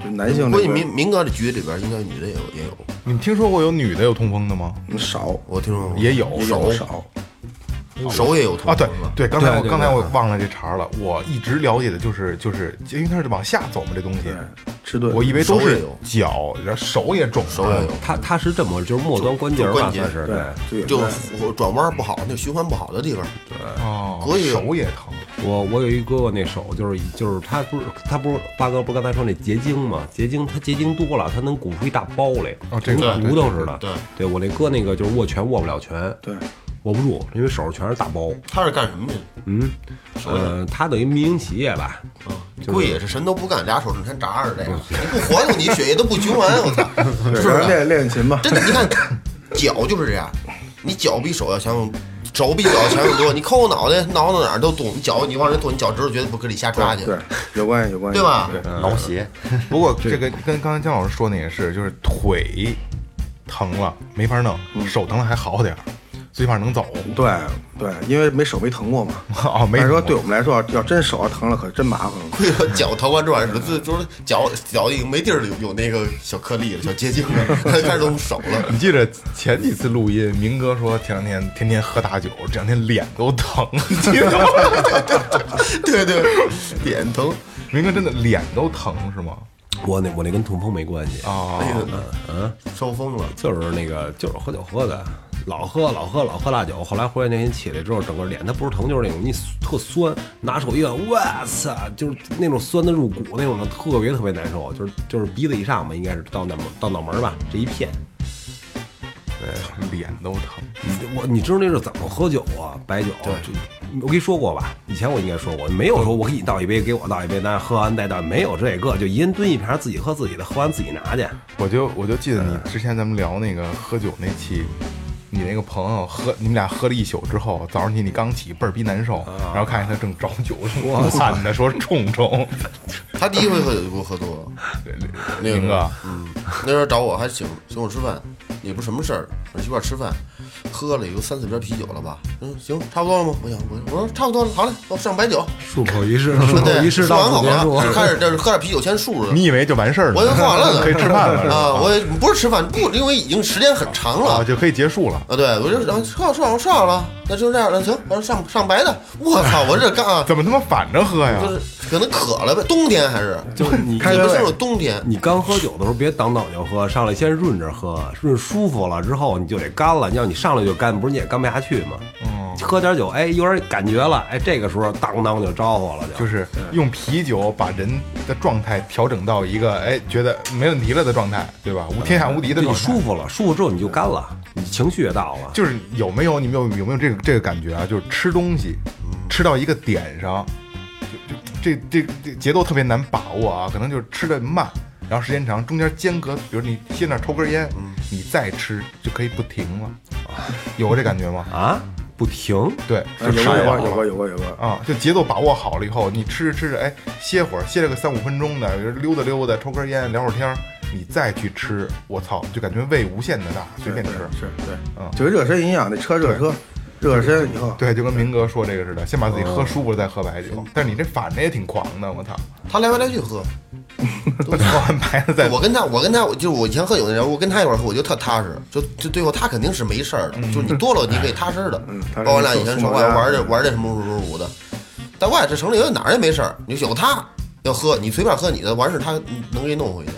G: 就男性
D: 估
G: 这
D: 计
G: 个
D: 明明哥这局里边应该女的也有也有，
C: 你们听说过有女的有痛风的吗？
G: 嗯少，
D: 我听说过
C: 也有
D: 手
G: 少，
D: 手也有痛
C: 啊，对
D: 风了
C: 对，刚才我
E: 对对
C: 刚才我
E: 对
C: 忘了这茬儿了，我一直了解的就是就是，因为它是往下走嘛，这东西，
G: 哎吃顿
C: 我以为都
D: 手也
C: 是
D: 有
C: 脚，然后手也肿，
D: 手也有。
E: 他他是这么就是末端关节
D: 就
E: 吧，
D: 关节
E: 算是
G: 对
E: 对。，
G: 就也
D: 就
G: 对
D: 我转弯不好，那循环不好的地方，
C: 哦，
D: 所以
C: 手也疼，
E: 我我有一哥哥那手就是就是他不是他不是八哥不是刚才说那结晶嘛，结晶他结晶多了，他能鼓出一大包来，
C: 哦这个
E: 跟
C: 对
E: 骨头似的。
D: 对
E: 对我那哥那个就是握拳握不了拳，
G: 对，
E: 握不住，因为手上全是大包。
D: 他是干什么的？
E: 嗯，呃，他等于民营企业吧，就是
D: 啊估计也是什么都不干，俩手整天扎着这个，你不活动，你血液都不循环，我操，是不
G: 是
D: 是？
G: 练练琴吧？
D: 真的，你看脚就是这样，你脚比手要强用，手比脚强用多。你抠脑袋，挠挠哪儿都动，你脚你往这动，你脚趾头绝对不跟你瞎抓去，
G: 对，有关系有关系，
D: 对吧？ [laughs]
B: 挠鞋，
C: 不过这个跟刚才姜老嗯师说那也是，就是腿疼了没法弄，手疼了还好点儿，最起码能走。
G: 对对，因为没手没疼过嘛。
C: 哦，没什
G: 但是
C: 么
G: 说对我们来说，要真手要疼了，可真麻烦了。
D: 会说脚疼完转是，最就是脚脚已经没地儿有有那个小颗粒了，小结晶了， [laughs] 开始动手了。 [laughs]
C: 你记得前几次录音，明哥说前两天天天喝大酒，这两天脸都疼， [laughs] 记得吗？
D: 对对，脸疼。
C: 明哥真的脸都疼是吗？
E: 我那我那跟痛风没关系啊，
C: 哦，
D: 那个嗯，烧疯了。
E: 就是那个就是喝酒喝的，老喝老喝老喝辣酒。后来回来那天起来之后，整个脸它不是疼就是那种你特酸，拿手一按，我操，就是那种酸的入骨那种的，特别特别难受，就是就是鼻子以上吧，应该是到脑门到脑门吧这一片。
C: 脸都疼。
E: 我你知道那是怎么喝酒啊？白酒，就我跟你说过吧，以前我应该说过，没有说我给你倒一杯，给我倒一杯，咱喝完再倒，没有这个，就一人蹲一瓶，自己喝自己的，喝完自己拿去。
C: 我就
D: 嗯
C: 我就记得你之前咱们聊那个喝酒那期，你那个朋友喝，你们俩喝了一宿之后，早上起你刚起倍儿逼难受，
D: 啊
C: 然后看见他正找酒，我惨的说冲冲，
D: 他第一回喝酒就给我喝多了，那
C: 明啊哥
D: 个，嗯， [laughs] 那时候找我还请请我吃饭，也不是什么事儿，我一块儿吃饭，喝了有三四瓶啤酒了吧？嗯，行，差不多了吗？我想我我说差不多了，好嘞，我上白酒。
E: 漱口仪式，漱口
D: 对，
E: 仪式啊
D: 说完
E: 到
D: 好
E: 此结束。
D: 了，开始就是喝点啤酒先漱着。
C: 你以为就完事儿了？
D: 我就喝完了
C: [laughs]
D: 呢，
C: 可以吃饭了是吧
D: [laughs] 啊！我也不是吃饭，不，因为已经时间很长了
C: 啊，就可以结束了。
D: 啊。对，我就然后吃好吃好吃好了，那就这样了，行，我说上上白的。我操，我这干
C: [laughs]
D: 啊，
C: 怎么他妈反着喝呀
D: 就？是可能渴了呗，冬天还是，
E: 就是你
D: 你们是不是冬天？
E: 你刚喝酒的时候别挡挡就喝，上来先润着喝，润舒服了之后你就得干了，要你上来就干，不是你也干不下去吗？
C: 嗯，
E: 喝点酒，哎，有点感觉了，哎，这个时候当当就招呼了， [laughs] 就
C: 就是用啤酒把人的状态调整到一个哎觉得没问题了的状态，对吧？无天下无敌的
E: 你
C: 状态。
E: 舒服了，舒服之后你就干了，你情绪也到了。
C: 就是有没有你们有有没有这个这个感觉啊？就是吃东西，吃到一个点上，就就这这这节奏特别难把握啊，可能就是吃的慢，然后时间长，中间间隔，比如你先那儿抽根烟，你再吃就可以不停了，啊有过这感觉吗？
E: 啊，不停，
C: 对，
G: 啊有
C: 就吃
G: 过有
C: 饱
G: 过有
C: 了。
G: 过有过有过，
C: 啊，就节奏把握好了以后，你吃着吃着，哎，歇会儿，歇了个三五分钟的，比如溜达溜达，抽根烟，聊会儿天儿，你再去吃，我操，就感觉胃无限的大，随便吃。
G: 是对
C: 嗯，
G: 就跟热身一样，那车热车，热身以后，
C: 对，就跟明哥说这个似的，先把自己喝舒服了再喝白酒。但是你这反着也挺狂的，我操！
D: 他来回来
C: [laughs]
D: 去喝，
C: 喝完白了再
D: 我跟他，我跟他，我就是我以前喝酒那人，我跟他一块儿喝，我就特踏实，就就最后他肯定是没事儿的，就是你多了你可以踏实的。
G: 踏实
D: 包括我俩以前上外
G: 送送
D: 玩这玩这什么什么舞的，在外这城里哪儿也没事儿，你有他要喝，你随便喝你的，完事儿他能给你弄回去。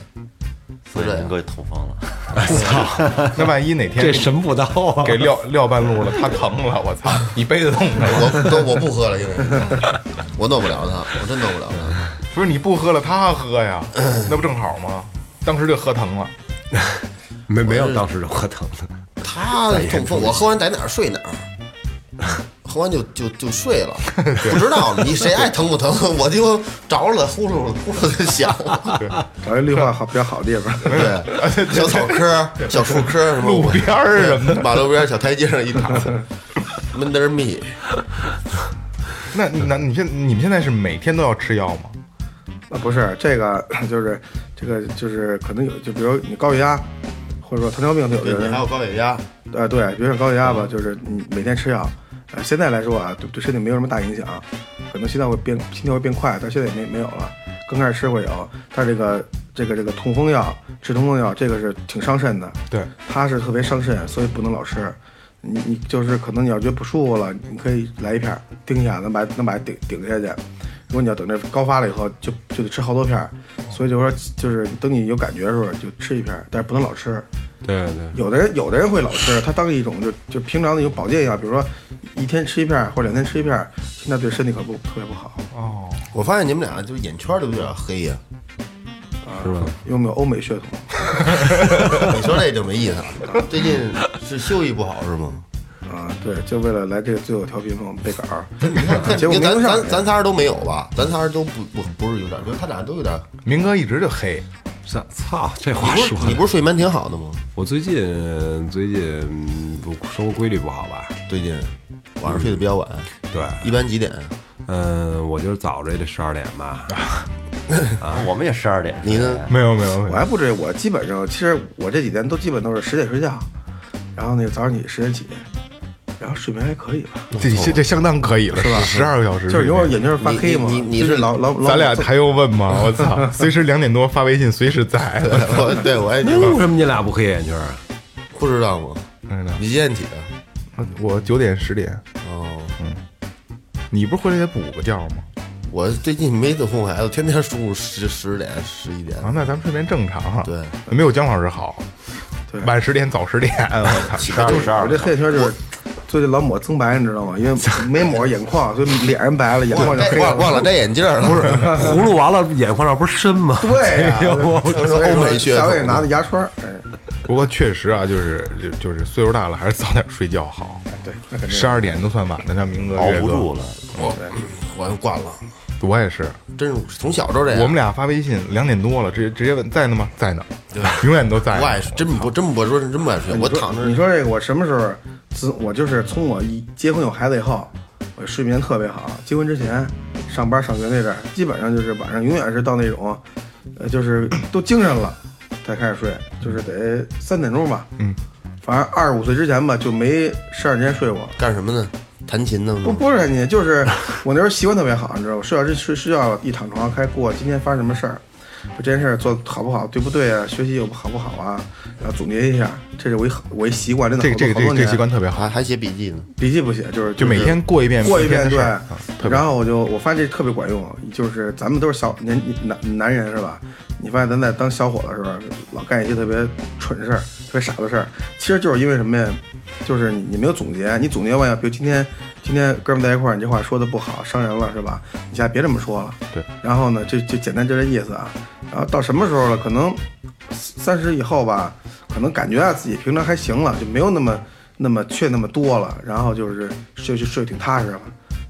B: 所以
D: 对
B: 明哥就痛风了。
C: 那万一哪天
E: 这神不刀啊！
C: 给撂撂半路了，他疼了，我操！一杯子弄他了，
D: 我都我不喝了，现在我弄不了他，我真弄不了他。
C: 不是你不喝了，他喝呀，那不正好吗？当时就喝疼了，
E: 没没有，当时就喝疼了。
D: 他痛风，我喝完在哪儿睡哪儿。喝完就就就睡了，不知道你谁爱疼不疼，我就着了呼噜呼噜的响。
G: 找一绿化好比较好的地方。 [laughs]
D: 对， [laughs] 小草棵、小树棵什么
C: 路边儿什么的。
D: 马路边儿小台阶上一
C: [laughs]
D: 躺，闷得儿密。
C: [laughs] 那那你现你们现在是每天都要吃药吗？
G: 啊，不是这个，就是这个就是可能有，就比如你高血压，或者说糖尿病，有
D: 对
G: 的
D: 你
G: 人
D: 还有高血压，
G: 呃，对，比如说高血压吧，就是你每天吃药，呃，现在来说啊，对对身体没有什么大影响，可能心脏会变心跳会变快，但现在也没没有了。刚开始吃会有，但这个这个这个痛风药，治痛风药这个是挺伤肾的，
C: 对，
G: 它是特别伤肾，所以不能老吃。你你就是可能你要觉得不舒服了，你可以来一片儿顶一下，能把能把它顶顶下去。如果你要等这高发了以后，就就得吃好多片儿，所以就说就是等你有感觉的时候就吃一片儿，但是不能老吃。
E: 对对，
G: 有的人有的人会老吃，他当一种就就平常的一种保健药，比如说一天吃一片儿或者两天吃一片儿，现在对身体可不特别不好，
C: 哦，
D: 我发现你们俩就是眼圈儿都有点黑呀。
E: 是吧？
G: 因为我们有欧美血统，
D: 你说这就没意思了。 [laughs] 最近是休息不好是 [laughs] 吗？
G: 啊、对，就为了来这个最后调频嘛，我们背稿
D: [laughs]
G: 儿，结果
D: 那
G: 没
D: 咱
G: 用上
D: 咱咱仨人都没有吧？咱仨人都不不不是有点儿，就是他俩都有点儿。
C: 明哥一直就黑，
E: 这操，这
D: 你
E: 话
D: 不是
E: 说
D: 你
E: 的，
D: 不是睡眠挺好的吗？
E: 我最近最近嗯不生活规律不好吧？
D: 最近晚上睡得比较晚，
E: 对，
D: 一般几点？
E: 嗯，我就是早着也得十二点
G: [laughs]
E: 吧。
G: 啊
B: 我们也十二点。
D: 你呢？
C: 没有没有没
G: 我还不至于，我基本上其实我这几天都基本都是十点睡觉，然后那个早上起十点起，然后水平还可以吧，
C: 这这这相当可以了，是吧？十二个小时，
G: 就是有我眼睛发黑嘛，
D: 你你你
G: 就是
D: 是
G: 老老老
C: 咱俩还用问吗？我 [laughs] 操，随时两点多发微信，随时 [laughs] 在的。
D: [laughs] 我对我也觉
E: 为
C: 嗯
D: 得
E: 什么你俩不黑眼圈啊？
D: 不知道吗？
C: 真的
D: 你几点起的？
C: 嗯我九点十点，
D: 哦，
C: 你不是回来得补个觉吗？
D: 我最近没怎么哄孩子，天天中午十十点十一点。
C: 啊，那咱们睡眠正常哈，
D: 对，
C: 没有姜老师好
G: 对，
C: 晚十点早十点，我操，十二
G: 就是我这黑眼圈就是最近老抹增白，你知道吗？
D: [laughs]
G: 因为没抹眼眶，所以脸上白了，眼
D: 忘
G: 眶就
D: 了
G: 黑
D: 忘忘了戴眼镜了，不是？
E: 葫芦娃了，眼眶那不是深吗？
G: 对呀、
E: [laughs] 哎呦我
D: [laughs]
G: 所以
D: 欧
G: 说
D: 美血
G: 下
D: 统
G: 啊回也拿的牙刷，哎，
C: 不过确实啊，就是就就是岁数大了，还是早点睡觉好。
G: 哎对，那肯定
C: 十二点都算晚的，像明哥
B: 熬
C: 岳
B: 不
C: 哥
B: 住了。
D: 我我就惯了，
C: 我也是，
D: 真是从小就这样。
C: 我们俩发微信两点多了，直接直接问在呢吗？在呢， [laughs] 永远都在呢。
D: 不爱睡，真不真不说真不爱睡，我
G: 你说
D: 躺着
G: 你说这个，我什么时候？自我就是从我一结婚有孩子以后，我睡眠特别好。结婚之前，上班上学那阵儿，基本上就是晚上永远是到那种，呃，就是都精神了才开始睡，就是得三点钟吧。嗯，反正二十五岁之前吧，就没十二年睡过。
D: 干什么呢？弹琴呢吗？
G: 不不是你，就是我那时候习惯特别好，你知道吗？睡觉之睡睡觉一躺床上开始过今天发生什么事儿，我这件事儿做得好不好，对不对啊？学习又好不好啊？然后总结一下，这是我一我一习惯，真的
C: 这个这个
G: 好
C: 这
G: 多
C: 个
G: 好
C: 这
G: 多
C: 个
G: 年
C: 习惯特别好
D: 还，还写笔记呢，
G: 笔记不写，就是
C: 就每
G: 是
C: 天过一遍
G: 过一遍
C: 明天
G: 对
C: 的事儿啊特，别
G: 然
C: 好
G: 后我就我发现这特别管用，就是咱们都是小年男男人是吧？你发现咱在当小伙的时候，老干一些特别蠢事儿、特别傻的事儿，其实就是因为什么呀？就是你你没有总结，你总结完以后，比如今天今天哥们在一块儿，你这话说的不好，伤人了是吧？你下次别这么说了。
C: 对。
G: 然后呢，就就简单就这意思啊。然后到什么时候了？可能三十以后吧，可能感觉啊自己平常还行了，就没有那么那么缺那么多了，然后就是睡睡睡挺踏实了，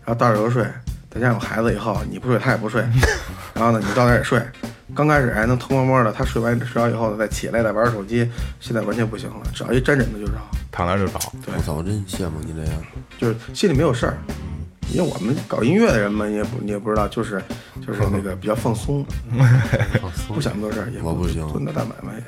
G: 然后到这儿就睡，再加上有孩子以后，你不睡他也不
D: [laughs]
G: 睡，然后呢你到那儿也睡，刚开始还能偷摸摸的，他睡完睡着以后呢再起来再玩手机，现在完全不行了，只要一沾枕头就着，
C: 躺那儿就着。
G: 对
D: 我操，我真羡慕你这样。
G: 就是心里没有事儿。因为我们搞音乐的人嘛，你也不你也不知道，就是就是
D: [laughs]
G: 那个比较放松，不想那么多事儿，也
D: 我不行
G: 做那大买卖也。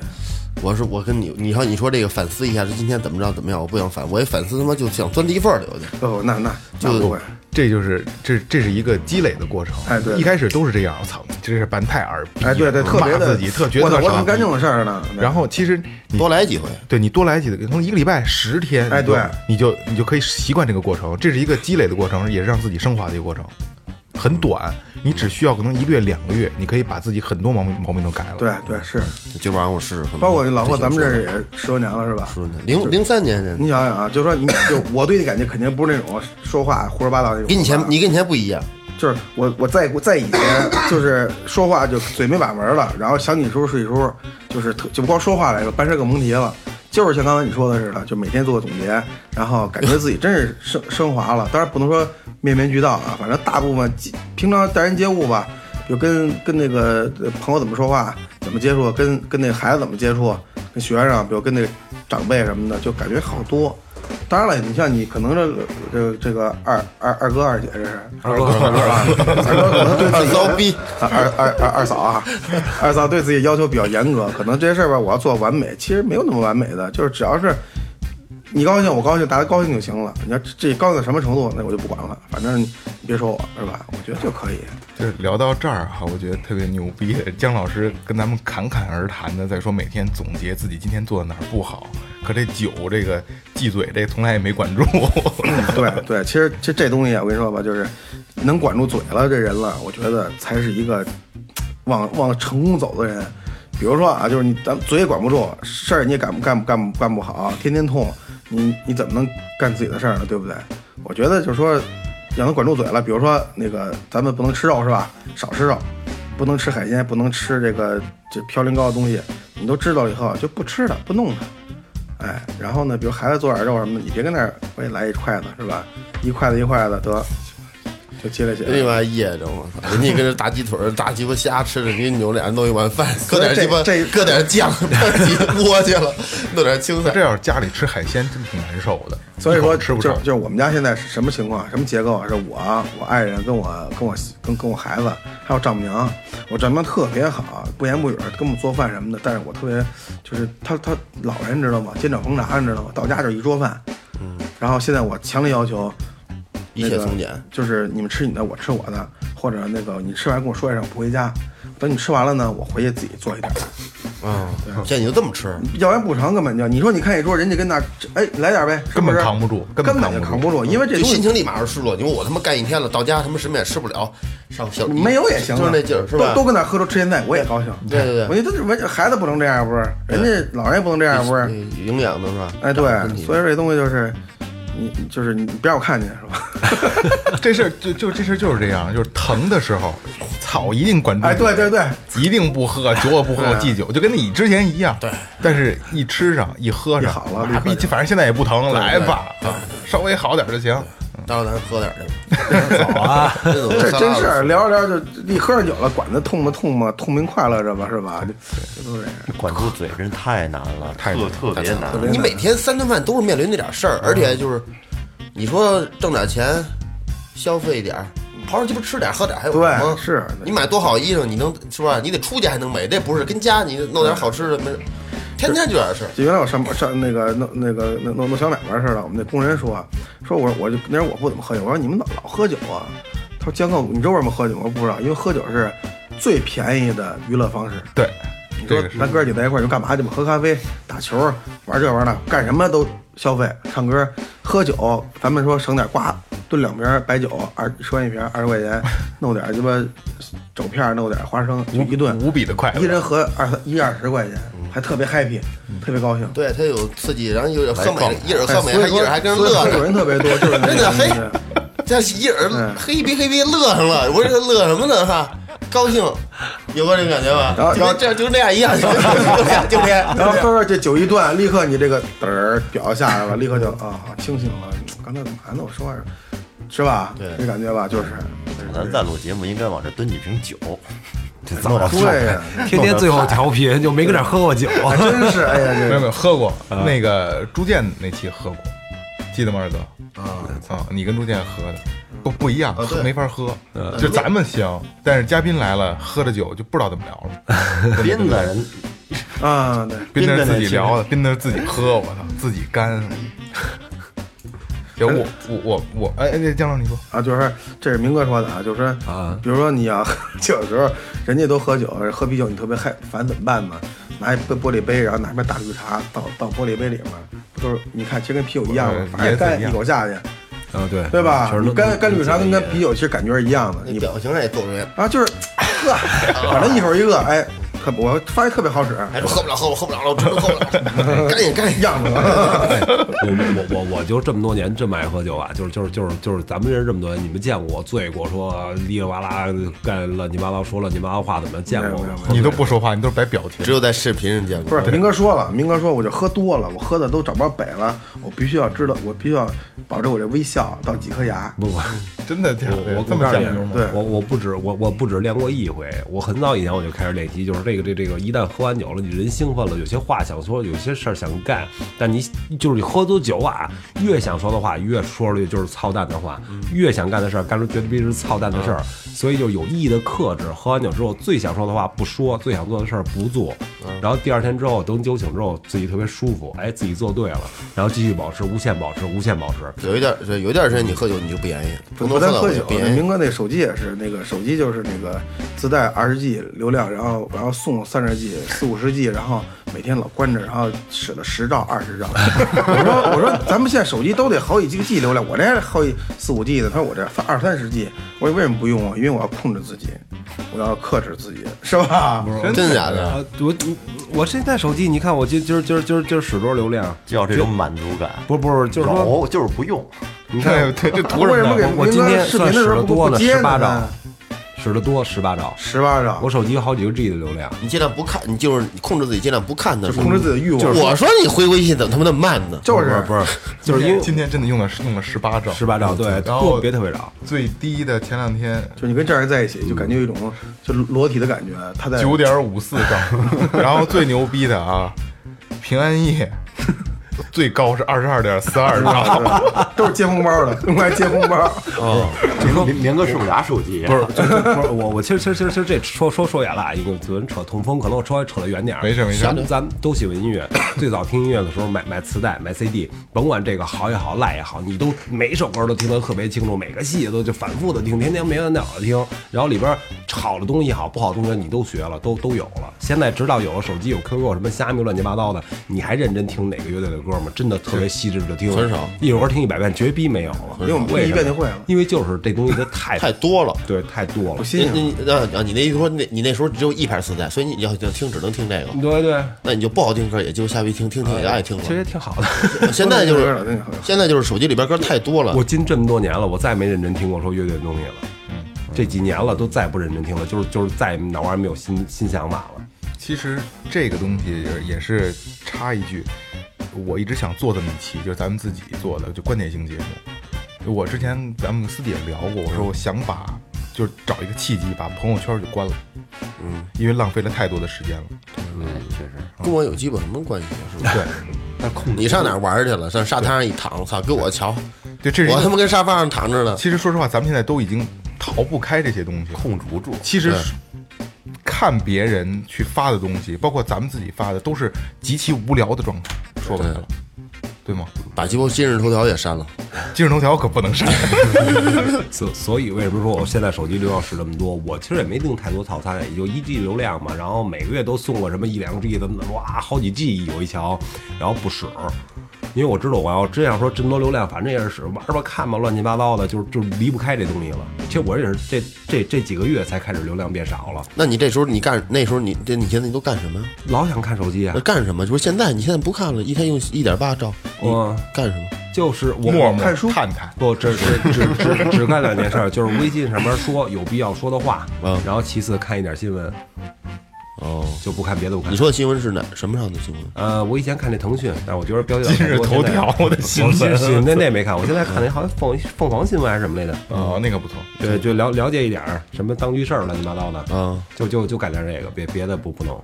D: 我说我跟你，你看你说这个反思一下，这今天怎么着怎么样？我不想反，我一反思他妈就想钻地缝里，我就
G: 哦，那那那
D: 就
G: 不会，
C: 这就是这这是一个积累的过程。
G: 哎对
C: 一开始都是这样，我操，这是班太耳逼了，
G: 哎，对对，特别
C: 骂
G: 的
C: 自己特觉得
G: 我
C: 特
G: 操我怎
C: 傻
G: 么
C: 逼
G: 干这种事儿呢？
C: 然后其实
G: 嗯
C: 你
D: 多来几回。
C: 对你多来几个，从一个礼拜十天，
G: 哎
C: 你就
G: 对
C: 你就你就可以习惯这个过程，这是一个积累的过程，也是让自己升华的一个过程，很短，你只需要可能一个月两个月，你可以把自己很多毛病毛病都改了。
G: 对对是，
D: 今晚上我试试，
G: 包括老霍，咱们这儿也十多年了是吧？
D: 零零三年人，
G: 你想想啊，就说你就我对你感觉肯定不是那种说话胡说八道那种。
D: 跟你前你跟你前不一样，
G: 就是我我在我在以前就是说话就嘴没把门了，然后想起叔是一叔，就是特就不光说话来说，办事更蒙题了。就是像刚才你说的似的，就每天做个总结，然后感觉自己真是升升华了。当然不能说面面俱到啊，反正大部分基平常待人接物吧，就跟跟那个呃朋友怎么说话，怎么接触，跟跟那个孩子怎么接触，跟学生，比如跟那个长辈什么的，就感觉好多。当然了，你像你可能这个这个这个二二二哥二姐这是二哥二哥啊，二哥可能对自己
D: 二骚逼
G: 啊二二二二嫂啊，二嫂对自己要求比较严格，可能这些事儿吧，我要做完美，其实没有那么完美的，就是只要是你高兴我高兴，大家高兴就行了。你要这高兴到什么程度，那我就不管了，反正你别说我是吧？我觉得就可 [laughs] 以。
C: 就是聊到这儿哈，我觉得特别牛逼的，姜老师跟咱们侃侃而谈的，在说每天总结自己今天做的哪儿不好，可这酒这个忌嘴这从来也没管住。
G: 对对，其实这这东西啊，我跟你说吧，就是能管住嘴了这人了，我觉得才是一个往往成功走的人。比如说啊，就是你咱嘴也管不住，事儿你也干不干不干不干不好，天天痛，你你怎么能干自己的事儿呢？对不对？我觉得就是说，要能管住嘴了，比如说那个咱们不能吃肉是吧？少吃肉，不能吃海鲜，不能吃这个这嘌呤高的东西，你都知道了以后就不吃它，不弄它。哎，然后呢，比如孩子做点肉什么的，你别跟那儿，我也来一筷子是吧？一筷子一筷子得，就接着起
D: 另
G: 来。
D: 外噎着我操，人家跟这大鸡腿儿、大鸡巴虾吃着，你扭脸弄一碗饭，搁点鸡巴
G: 这这
D: 搁点酱，搁
G: [laughs]
D: 鸡窝去了，弄点青菜
C: 这。要是家里吃海鲜，真挺难受的。
G: 所以
C: 一
G: 说，
C: 口吃
G: 就
C: 不
G: 就
C: 着。
G: 是我们家现在是什么情况，什么结构啊？是我、我爱人跟我、跟我、跟跟我孩子，还有丈母娘。我丈母娘特别好，啊不言不语，跟我们做饭什么的。但是我
C: 嗯
G: 特别，就是她她老人你知道吗？煎炒烹炸你知道吗？到家就是一桌饭。然后现在我强烈要求，
D: 一切从简
G: 那个就是你们吃你的，我吃我的，或者那个你吃完跟我说一声，我不回家。等你吃完了呢，我回去自己做一点儿，
D: 啊，现在你就这么吃，
G: 要不然补偿根本就你说你看一桌，人家跟那儿吃哎来点儿呗，是
C: 根
G: 不
C: 本
G: 是
C: 扛不住根
G: 根
C: 本
G: 本就
C: 扛
G: 扛
C: 不
G: 不住，因为这
D: 就
G: 东
D: 心
G: 西
D: 情立马就失落。你说我他妈干一天了，到家他妈什么也吃不了，上小
G: 没有也行啊，
D: 就是那劲儿，是吧？
G: 都都跟那儿喝粥吃咸菜，我也高兴。
D: 对对
G: 我
D: 对，
G: 觉得这完全孩子不能这样，不是？人家老人也不能这样，不是？
D: 嗯营养的是吧？
G: 哎，对，所以
D: 以
G: 说这东西就是，你就是你别让我看见，是吧？ [laughs]
C: 这事儿就就这事儿就是这样，就是疼的时候，草一定管住。
G: 哎，对对，对，
C: 一定不喝酒，我不喝，我忌酒，就跟你之前一样。对，但是一吃上一喝上，
G: 一好了
C: 麻痹，反正现在也不疼，来吧，啊稍微好点儿就行。
D: 到时候咱喝点
G: [laughs]
D: 儿
E: 好啊，
D: 去，这
G: 这真事儿，
D: 嗯
G: 聊着聊着就一喝上酒了，管他痛不痛嘛，痛并快乐着吧，是吧？这都是这样。
B: 管住嘴真太难了，
C: 太
B: 特特别难。
D: 你每天三顿饭都是面临那点
G: 嗯
D: 事儿，而且就是，你说挣点钱，消费点儿，刨着鸡巴吃点儿喝点儿还有什
G: 对
D: 么？
G: 是
D: 你买多好衣裳，你能是吧？你得出去还能美，这不是跟家你弄点好吃的没，天天就点事儿。
G: 就原来我上上那个弄那个弄弄弄小买卖似的，我们那工人说啊说我我就那时候我不怎么喝酒，我说你们老老喝酒啊？他说江哥，你知道为什么喝酒吗？我说不知道，因为喝酒是最便宜的娱乐方式。
C: 对，
G: 你
C: 这
G: 说
C: 个是
G: 咱哥几个在一块儿就干嘛去嘛？喝咖啡、打球、玩这玩那，干什么都消费。唱歌、喝酒，咱们说省点瓜，炖两瓶白酒，二十块钱一瓶，二十块钱，弄点鸡巴肘片儿，弄点花生，就一顿
C: 无比的快乐嗯
G: 一人合二三一二十块钱，还特别 happy，特别高兴。
D: 对他有刺激，然后有点喝
C: 来
G: 哎
D: 美
C: 逛，
D: 一人喝美，
G: 所
D: 还一
G: 以说
D: 人还跟人
G: 所以
D: 乐
G: 说
D: 呢
G: [laughs] 酒。人特别多，就是那
D: 真的
G: 个
D: 嘿
G: 东西，
D: 这一人
G: 嗯
D: 嘿逼嘿逼乐上了，我说这乐什么呢哈？高兴，有过这感觉吧？
G: 然
D: 就
G: 后
D: 这样就那样一
G: [laughs]
D: 样，就这样就这样。
G: 然后喝着这酒一断，立刻你这个嘚儿表就下来了，立刻就啊清醒了。刚才干嘛呢？我说话是吧？
D: 对
G: 这感觉吧，就是
B: 咱再录节目，应该往这蹲几瓶酒，
E: [laughs] 这怎么
G: 对呀，
E: 天天最后调皮，就没跟这儿喝过酒。
G: 还啊真是哎呀，
C: 没
G: 这
C: 有没有喝过
E: 啊
C: 那个朱建那期喝过，记得吗，二哥？啊，你跟朱建喝的不不一
E: 啊
C: 样，喝没法喝，
E: 嗯
C: 就咱们行，但是嘉宾来了，喝着酒就不知道怎么聊
E: [laughs]
C: 了。
B: 编的人
G: 啊，对，
C: 斌那
B: 斌子
C: 自己
B: 那期
C: 聊的，斌那自己喝，我操，自己干。行，
E: [laughs]
C: 我我我我，哎哎，江老师你说，
G: 啊，就是这是明哥说的啊，就是说
E: 啊
G: 比如说你要喝酒的时候，人家都喝酒，喝啤酒你特别害烦怎么办呢？拿一玻璃杯，然后拿杯大绿茶倒倒玻璃杯里面，不都是你看其实跟啤酒一样
C: 呃
G: 嘛，反正
C: 颜色
G: 干
C: 一样
G: 一口下去，
E: [laughs] 啊，对，
G: 对吧
E: 全？是
G: 你干干绿茶跟干啤
E: 酒，
G: 酒其实感觉是一样的，
D: 那
G: 你
D: 表情上也做出来，
G: 啊就是，呵，反正一口一个，哎，特我发现特别好使，
D: 还说喝不了，喝不了，喝不了了，我真的喝不
G: [laughs]
D: 了，赶紧赶紧 [laughs]
G: 样子了。 [laughs]
E: 我我我我就这么多年这么爱喝酒啊，就是就是就是就是咱们认识这么多年，你们见过我醉过说啊哩啦哇啦干乱七八糟说乱七八糟话怎么见过
G: 没有没有
E: 吗？
C: 你都不说话，你都是摆表情
D: 只。有在视频上见
G: 不
D: 过
G: 是，，明哥说了，明哥说我就喝多了，我喝的都找不着北了，我必须要知道，我必须要保证我这微笑到几颗牙。
E: 不不。
C: 真的假
E: 我
C: 的？
E: 我
C: 这么
E: 告诉
C: 讲
E: 你
C: 究吗？
G: 对
E: 我我不止我我不止练过一回，我很早以前我就开始练习，就是这个这这个，一旦喝完酒了，你人兴奋了，有些话想说，有些事儿想干，但你就是你喝多酒啊，越想说的话，越说出去就是操蛋的话，越想干的事儿，干出绝对是操蛋的事儿，所以就有意的克制。喝完酒之后，最想说的话不说，最想做的事儿不做，然后第二天之后等酒醒之后，自己特别舒服，哎，自己做对了，然后继续保持，无限保持，无限保持。
D: 有一段是有一段时间你喝酒你就不言语，不能
G: 我在
D: 到
G: 喝
D: 我
G: 酒
D: 就，不
G: 那
D: 言语。
G: 明哥那手机也是，那个手机就是那个自带二十 G 流量，然后然后送三十 G、四五十 G，然后每天老关着，然后使了十兆、二
D: [laughs]
G: 十兆。我说我说咱们现在手机都得好几几个 G 流量，我这还好几四五 G 呢，他说我这二三十 G，我说为什么不用啊？因为我要控制自己，我要克制自己，是吧？
D: 真的假的？
E: 啊，我我现在手机，你看我今今儿今儿今儿今儿使多少流量？
B: 就要这种满足感，
E: 不是不是，就是说，
B: 有哦就是不用，
E: 你看
C: 对对，这图
G: 为
C: 什
G: 什么
C: 么
G: 给
C: 呢？
E: 我
G: 明
E: 我今
G: 哥
E: 天
G: 视
E: 算
G: 频的时
E: 使
G: 候
E: 的
G: 不
E: 多
G: 不
E: 了，
G: 接
E: 十
G: 呢
E: 八
G: 呢
E: 兆？，使的多十八兆，
G: 十八兆
E: 我，手机好几个 G 的流量。
D: 你尽量不看，你就是你控制自己，尽量不看的
G: 就。控制自己的欲望。
D: 我说你回微信怎么他妈那么慢呢？
G: 就是
E: 不是，就是因
C: 因为
E: 为
C: 今天真的用了用了十八兆，
E: 十八兆，对，
C: 然后
E: 特别特别少。
C: 最低的前两天
G: 就你跟这样人在一起，就感觉有一种就裸体的感觉。他在 [laughs]
C: 九点五四兆，然后最牛逼的啊，平安夜最高是二十二点四二兆。
G: 都是啊接红包的，用来接红包。
B: 明明哥是不是拿手机？
E: 不是，就就不是我，我其实其实其实其实这说说说远了，啊，一个昨天扯痛风，可能我稍微扯得远点儿。
C: 没事没事
E: 咱们咱们都喜欢音乐，最早听音乐的时候买买磁带、买 CD，甭管这个好也好，赖也好，你都每首歌都听得特别清楚，每个细节都就反复的听，天天没完没了的听。然后里边好的东西也好，不好的东西你都学了，都都有了。现在直到有了手机，有 QQ，什么虾米乱七八糟的，你还认真听哪个乐队的歌吗？真的特别细致的听，
D: 很少
E: 一首歌听一百遍，绝逼没有了。
G: 因为我们
E: 为
G: 听
E: 什
G: 一遍
E: 么
G: 就会了
E: 因为就是这东西它太
D: 太多了。
E: 对，太多了
G: 我。心
D: 你
G: 想，
D: 你啊啊！你那意思说那你那时候只有一盘磁带，所以你要听只能听这个，
G: 嗯
E: 对对，
D: 那你就不好听歌，也就下回听听听也爱听
E: 其实
D: 了。
E: 也挺好的。
D: 现在就
G: 说到这儿了嗯真
D: 是
G: 的好
D: 现在就是手机里边歌太多了，
E: 我进这么多年了，我再没认真听过说乐队的东西了。这几年了，都再不认真听了，就是就是再脑瓜没有新新想法了。
C: 其实这个东西也是插一句，我一直想做这么一期，就是咱们自己做的，就观点性节目。我之前咱们私底下聊过，我说我想把就是找一个契机把朋友圈就关了，嗯，因为浪费了太多的时间了。
D: 跟我有鸡巴什么关系啊？
G: [laughs]
D: 是吧？
C: 对，
D: 你上哪儿玩去了？上沙滩上一躺，操，给我瞧，
C: 对，这是一
D: 我他
C: 个
D: 妈跟沙发上躺着呢。
C: 其实说实话，咱们现在都已经逃不开这些东西了。
B: 控制不住，
C: 其实看别人去发的东西，包括咱们自己发的，都是极其无聊的状态。说白了，对吗？
D: 把鸡巴今日头条也删了，
C: 今日头条可不能删。
E: 所所以为什么说我现在手机流量是这么多？我其实也没定太多套餐，也就一 G 流量嘛，然后每个月都送过什么一两 G 的，哇，好几 G 有一瞧，然后不使，因为我知道我要真要说这么多流量，反正也是使玩吧看吧，乱七八糟的，就是就是离不开这东西了。其实我也是这这这几个月才开始流量变少了，
D: 那你这时候你干那时候你这你现在你都干什么呀？
E: 老想看手机啊
C: 呃
D: 那。干什么？就是现在你现在不看了，一天用一点八兆，你
E: 嗯
D: 干什么？
E: 就是我
C: 陌陌
G: 看书
C: 探探，
E: 不，只只只只只干两件事儿，就是微信上面说有必要说的话，
D: 嗯
E: 然后其次看一点新闻，
D: 哦，
E: 就不看别的，不看
D: 你。说的新闻是哪什么上的新闻？
E: 呃，我以前看那腾讯，但我觉得标题
C: 今日头条的新
E: 新
C: 闻
E: 那那没 [laughs] 看，我现在看那好像凤凤凰新闻还是什么来的，
C: 哦，那个不错。
E: 对，就了了解一点儿嗯什么当局事儿乱七八糟的，
D: 啊，
E: 就就就干点这个，别别的不不弄。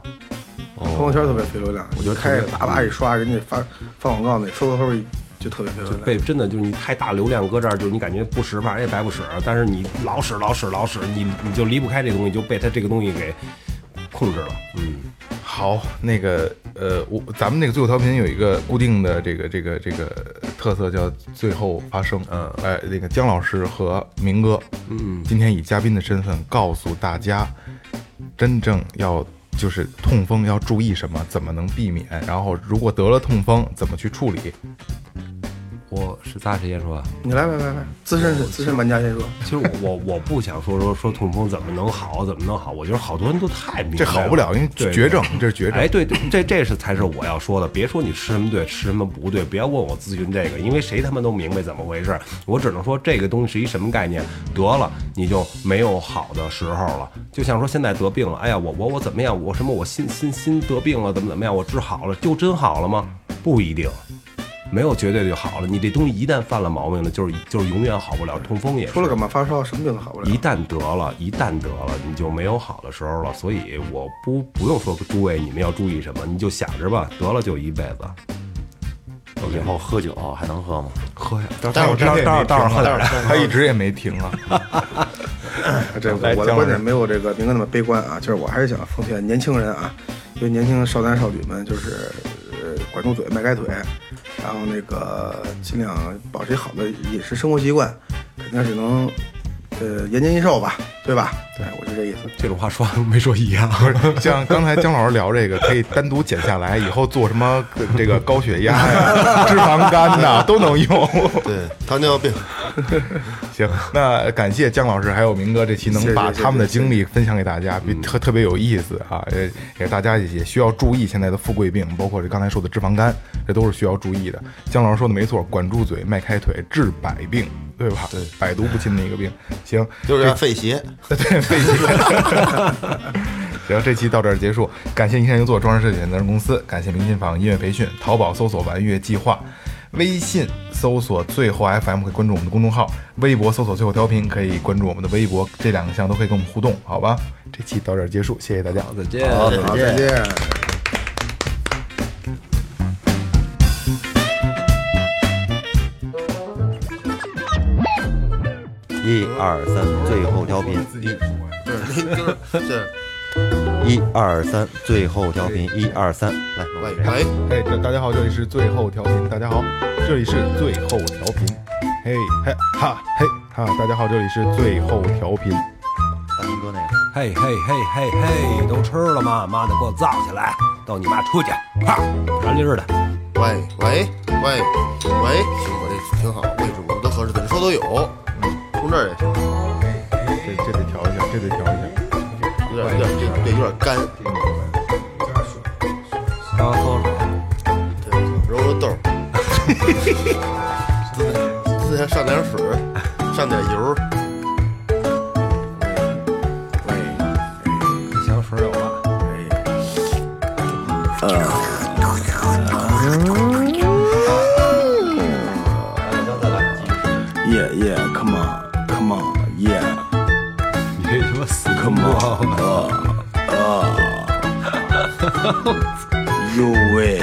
G: 朋友圈特别费流量，我
E: 觉得
G: 开
E: 特别
G: 叭叭一刷，人家发发广告那嗖嗖嗖一就特别费流量。
E: 被真的就是你太大流量搁这儿，就是你感觉不使，反正也白不使，但是你老使老使老使，你你就离不开这东西，就被它这个东西给控制了。嗯，
C: 好，那个呃，我咱们那个最后调频有一个固定的这个这个这个特色叫最后发声。嗯，哎，那个姜老师和明哥，嗯，今天以嘉宾的身份告诉大家，真正要就是痛风要注意什么，怎么能避免，然后如果得了痛风怎么去处理。
E: 我是咱俩谁先说啊？
G: 你来来来来，资深资深玩家先说，
E: 其实我我我不想说说说痛风怎么能好，怎么能好？我觉得好多人都太明白
C: 这好不了，因为
E: 对
C: 绝症，这是绝症
E: 哎，。对，对这这是才是我要说的。别说你吃什么对，吃什么不对，不要问我咨询这个，因为谁他妈都明白怎么回事儿。我只能说这个东西是一什么概念，得了你就没有好的时候了。就像说现在得病了，哎呀，我我我怎么样，我什么我心心心得病了，怎么怎么样，我治好了，就真好了吗？不一定。没有绝对就好了，你这东西一旦犯了毛病了，就是就是永远好不了。痛风也是
G: 除了感冒发烧，什么病都好不了
E: 一。旦得了，一旦得了，你就没有好的时候了。所以我不不用说诸位你们要注意什么，你就想着吧，得了就一辈子。
B: 以后喝酒还能喝吗？
E: 啊喝呀，
C: 但是我
E: 待会儿
C: 真的也没
E: 待会儿
C: 停
E: 喝点
C: 啊他一直也没停啊。
G: 啊这
C: 来姜
G: 我的观
C: 老
G: 点
C: 师
G: 没有这个明哥那么悲观啊，就是我还是想奉劝年轻人啊，因为年轻少男少女们就是呃管住嘴迈开腿，然后那个尽量保持好的饮食生活习惯，肯定是能呃延年益寿吧，对吧？对，我就这意思。
E: 这种话说没说一样。
C: 不是像刚才姜老师聊这个，可以单独剪下来，以后做什么这个高血压
G: [laughs]
C: 呀、脂肪肝呐、都能用。
D: 对，糖尿病。
C: 行，那感谢姜老师还有明哥这期能把
G: 谢谢谢嗯
C: 他们的经历分享给大家，比特特别有意思啊！也也大家也需要注意现在的富贵病，包括这刚才说的脂肪肝，这都是需要注意的。姜老师说的没错，管住嘴，迈开腿，治百病，对吧？对，百毒不侵的一个病。行，
D: 就是要费鞋。
C: [laughs] 对，费劲。 [laughs] 行，这期到这儿结束，感谢一山一座装饰设计有限责任公司，感谢明琴坊音乐培训，淘宝搜索“玩乐计划”，微信搜索“最后 FM” 可以关注我们的公众号，微博搜索“最后调频”可以关注我们的微博，这两项都可以跟我们互动，好吧？这期到这儿结束，谢谢大家。
E: 再见。
G: 好，再见。
B: 一二三，最后调频，
H: 对，你就是对，
B: 一二三，最后调频，一二三，来，
H: 喂喂，
C: 哎，大大家好，这里是最后调频。大家好，这里是最后调频。嘿嘿哈嘿哈，大家好，这里是最后调频。
B: 大明哥那个，
E: 嘿嘿嘿嘿嘿，都吃了吗？妈的，给我造起来，到你妈出去！哈，燃溜的。
D: 喂喂喂喂，行，我这挺好，位置我们都合适，怎么说都有，从这儿也行，
C: 这这得调一下，这得调一下。
D: 有点有点这这有点干，
E: 刚喝了，
D: 对，揉揉豆儿， [laughs] 自自上点水儿，上点油儿，
E: 香水有了。
G: Yeah yeah come on come on yeah
E: 你这他妈死个猫！啊
G: 哟喂，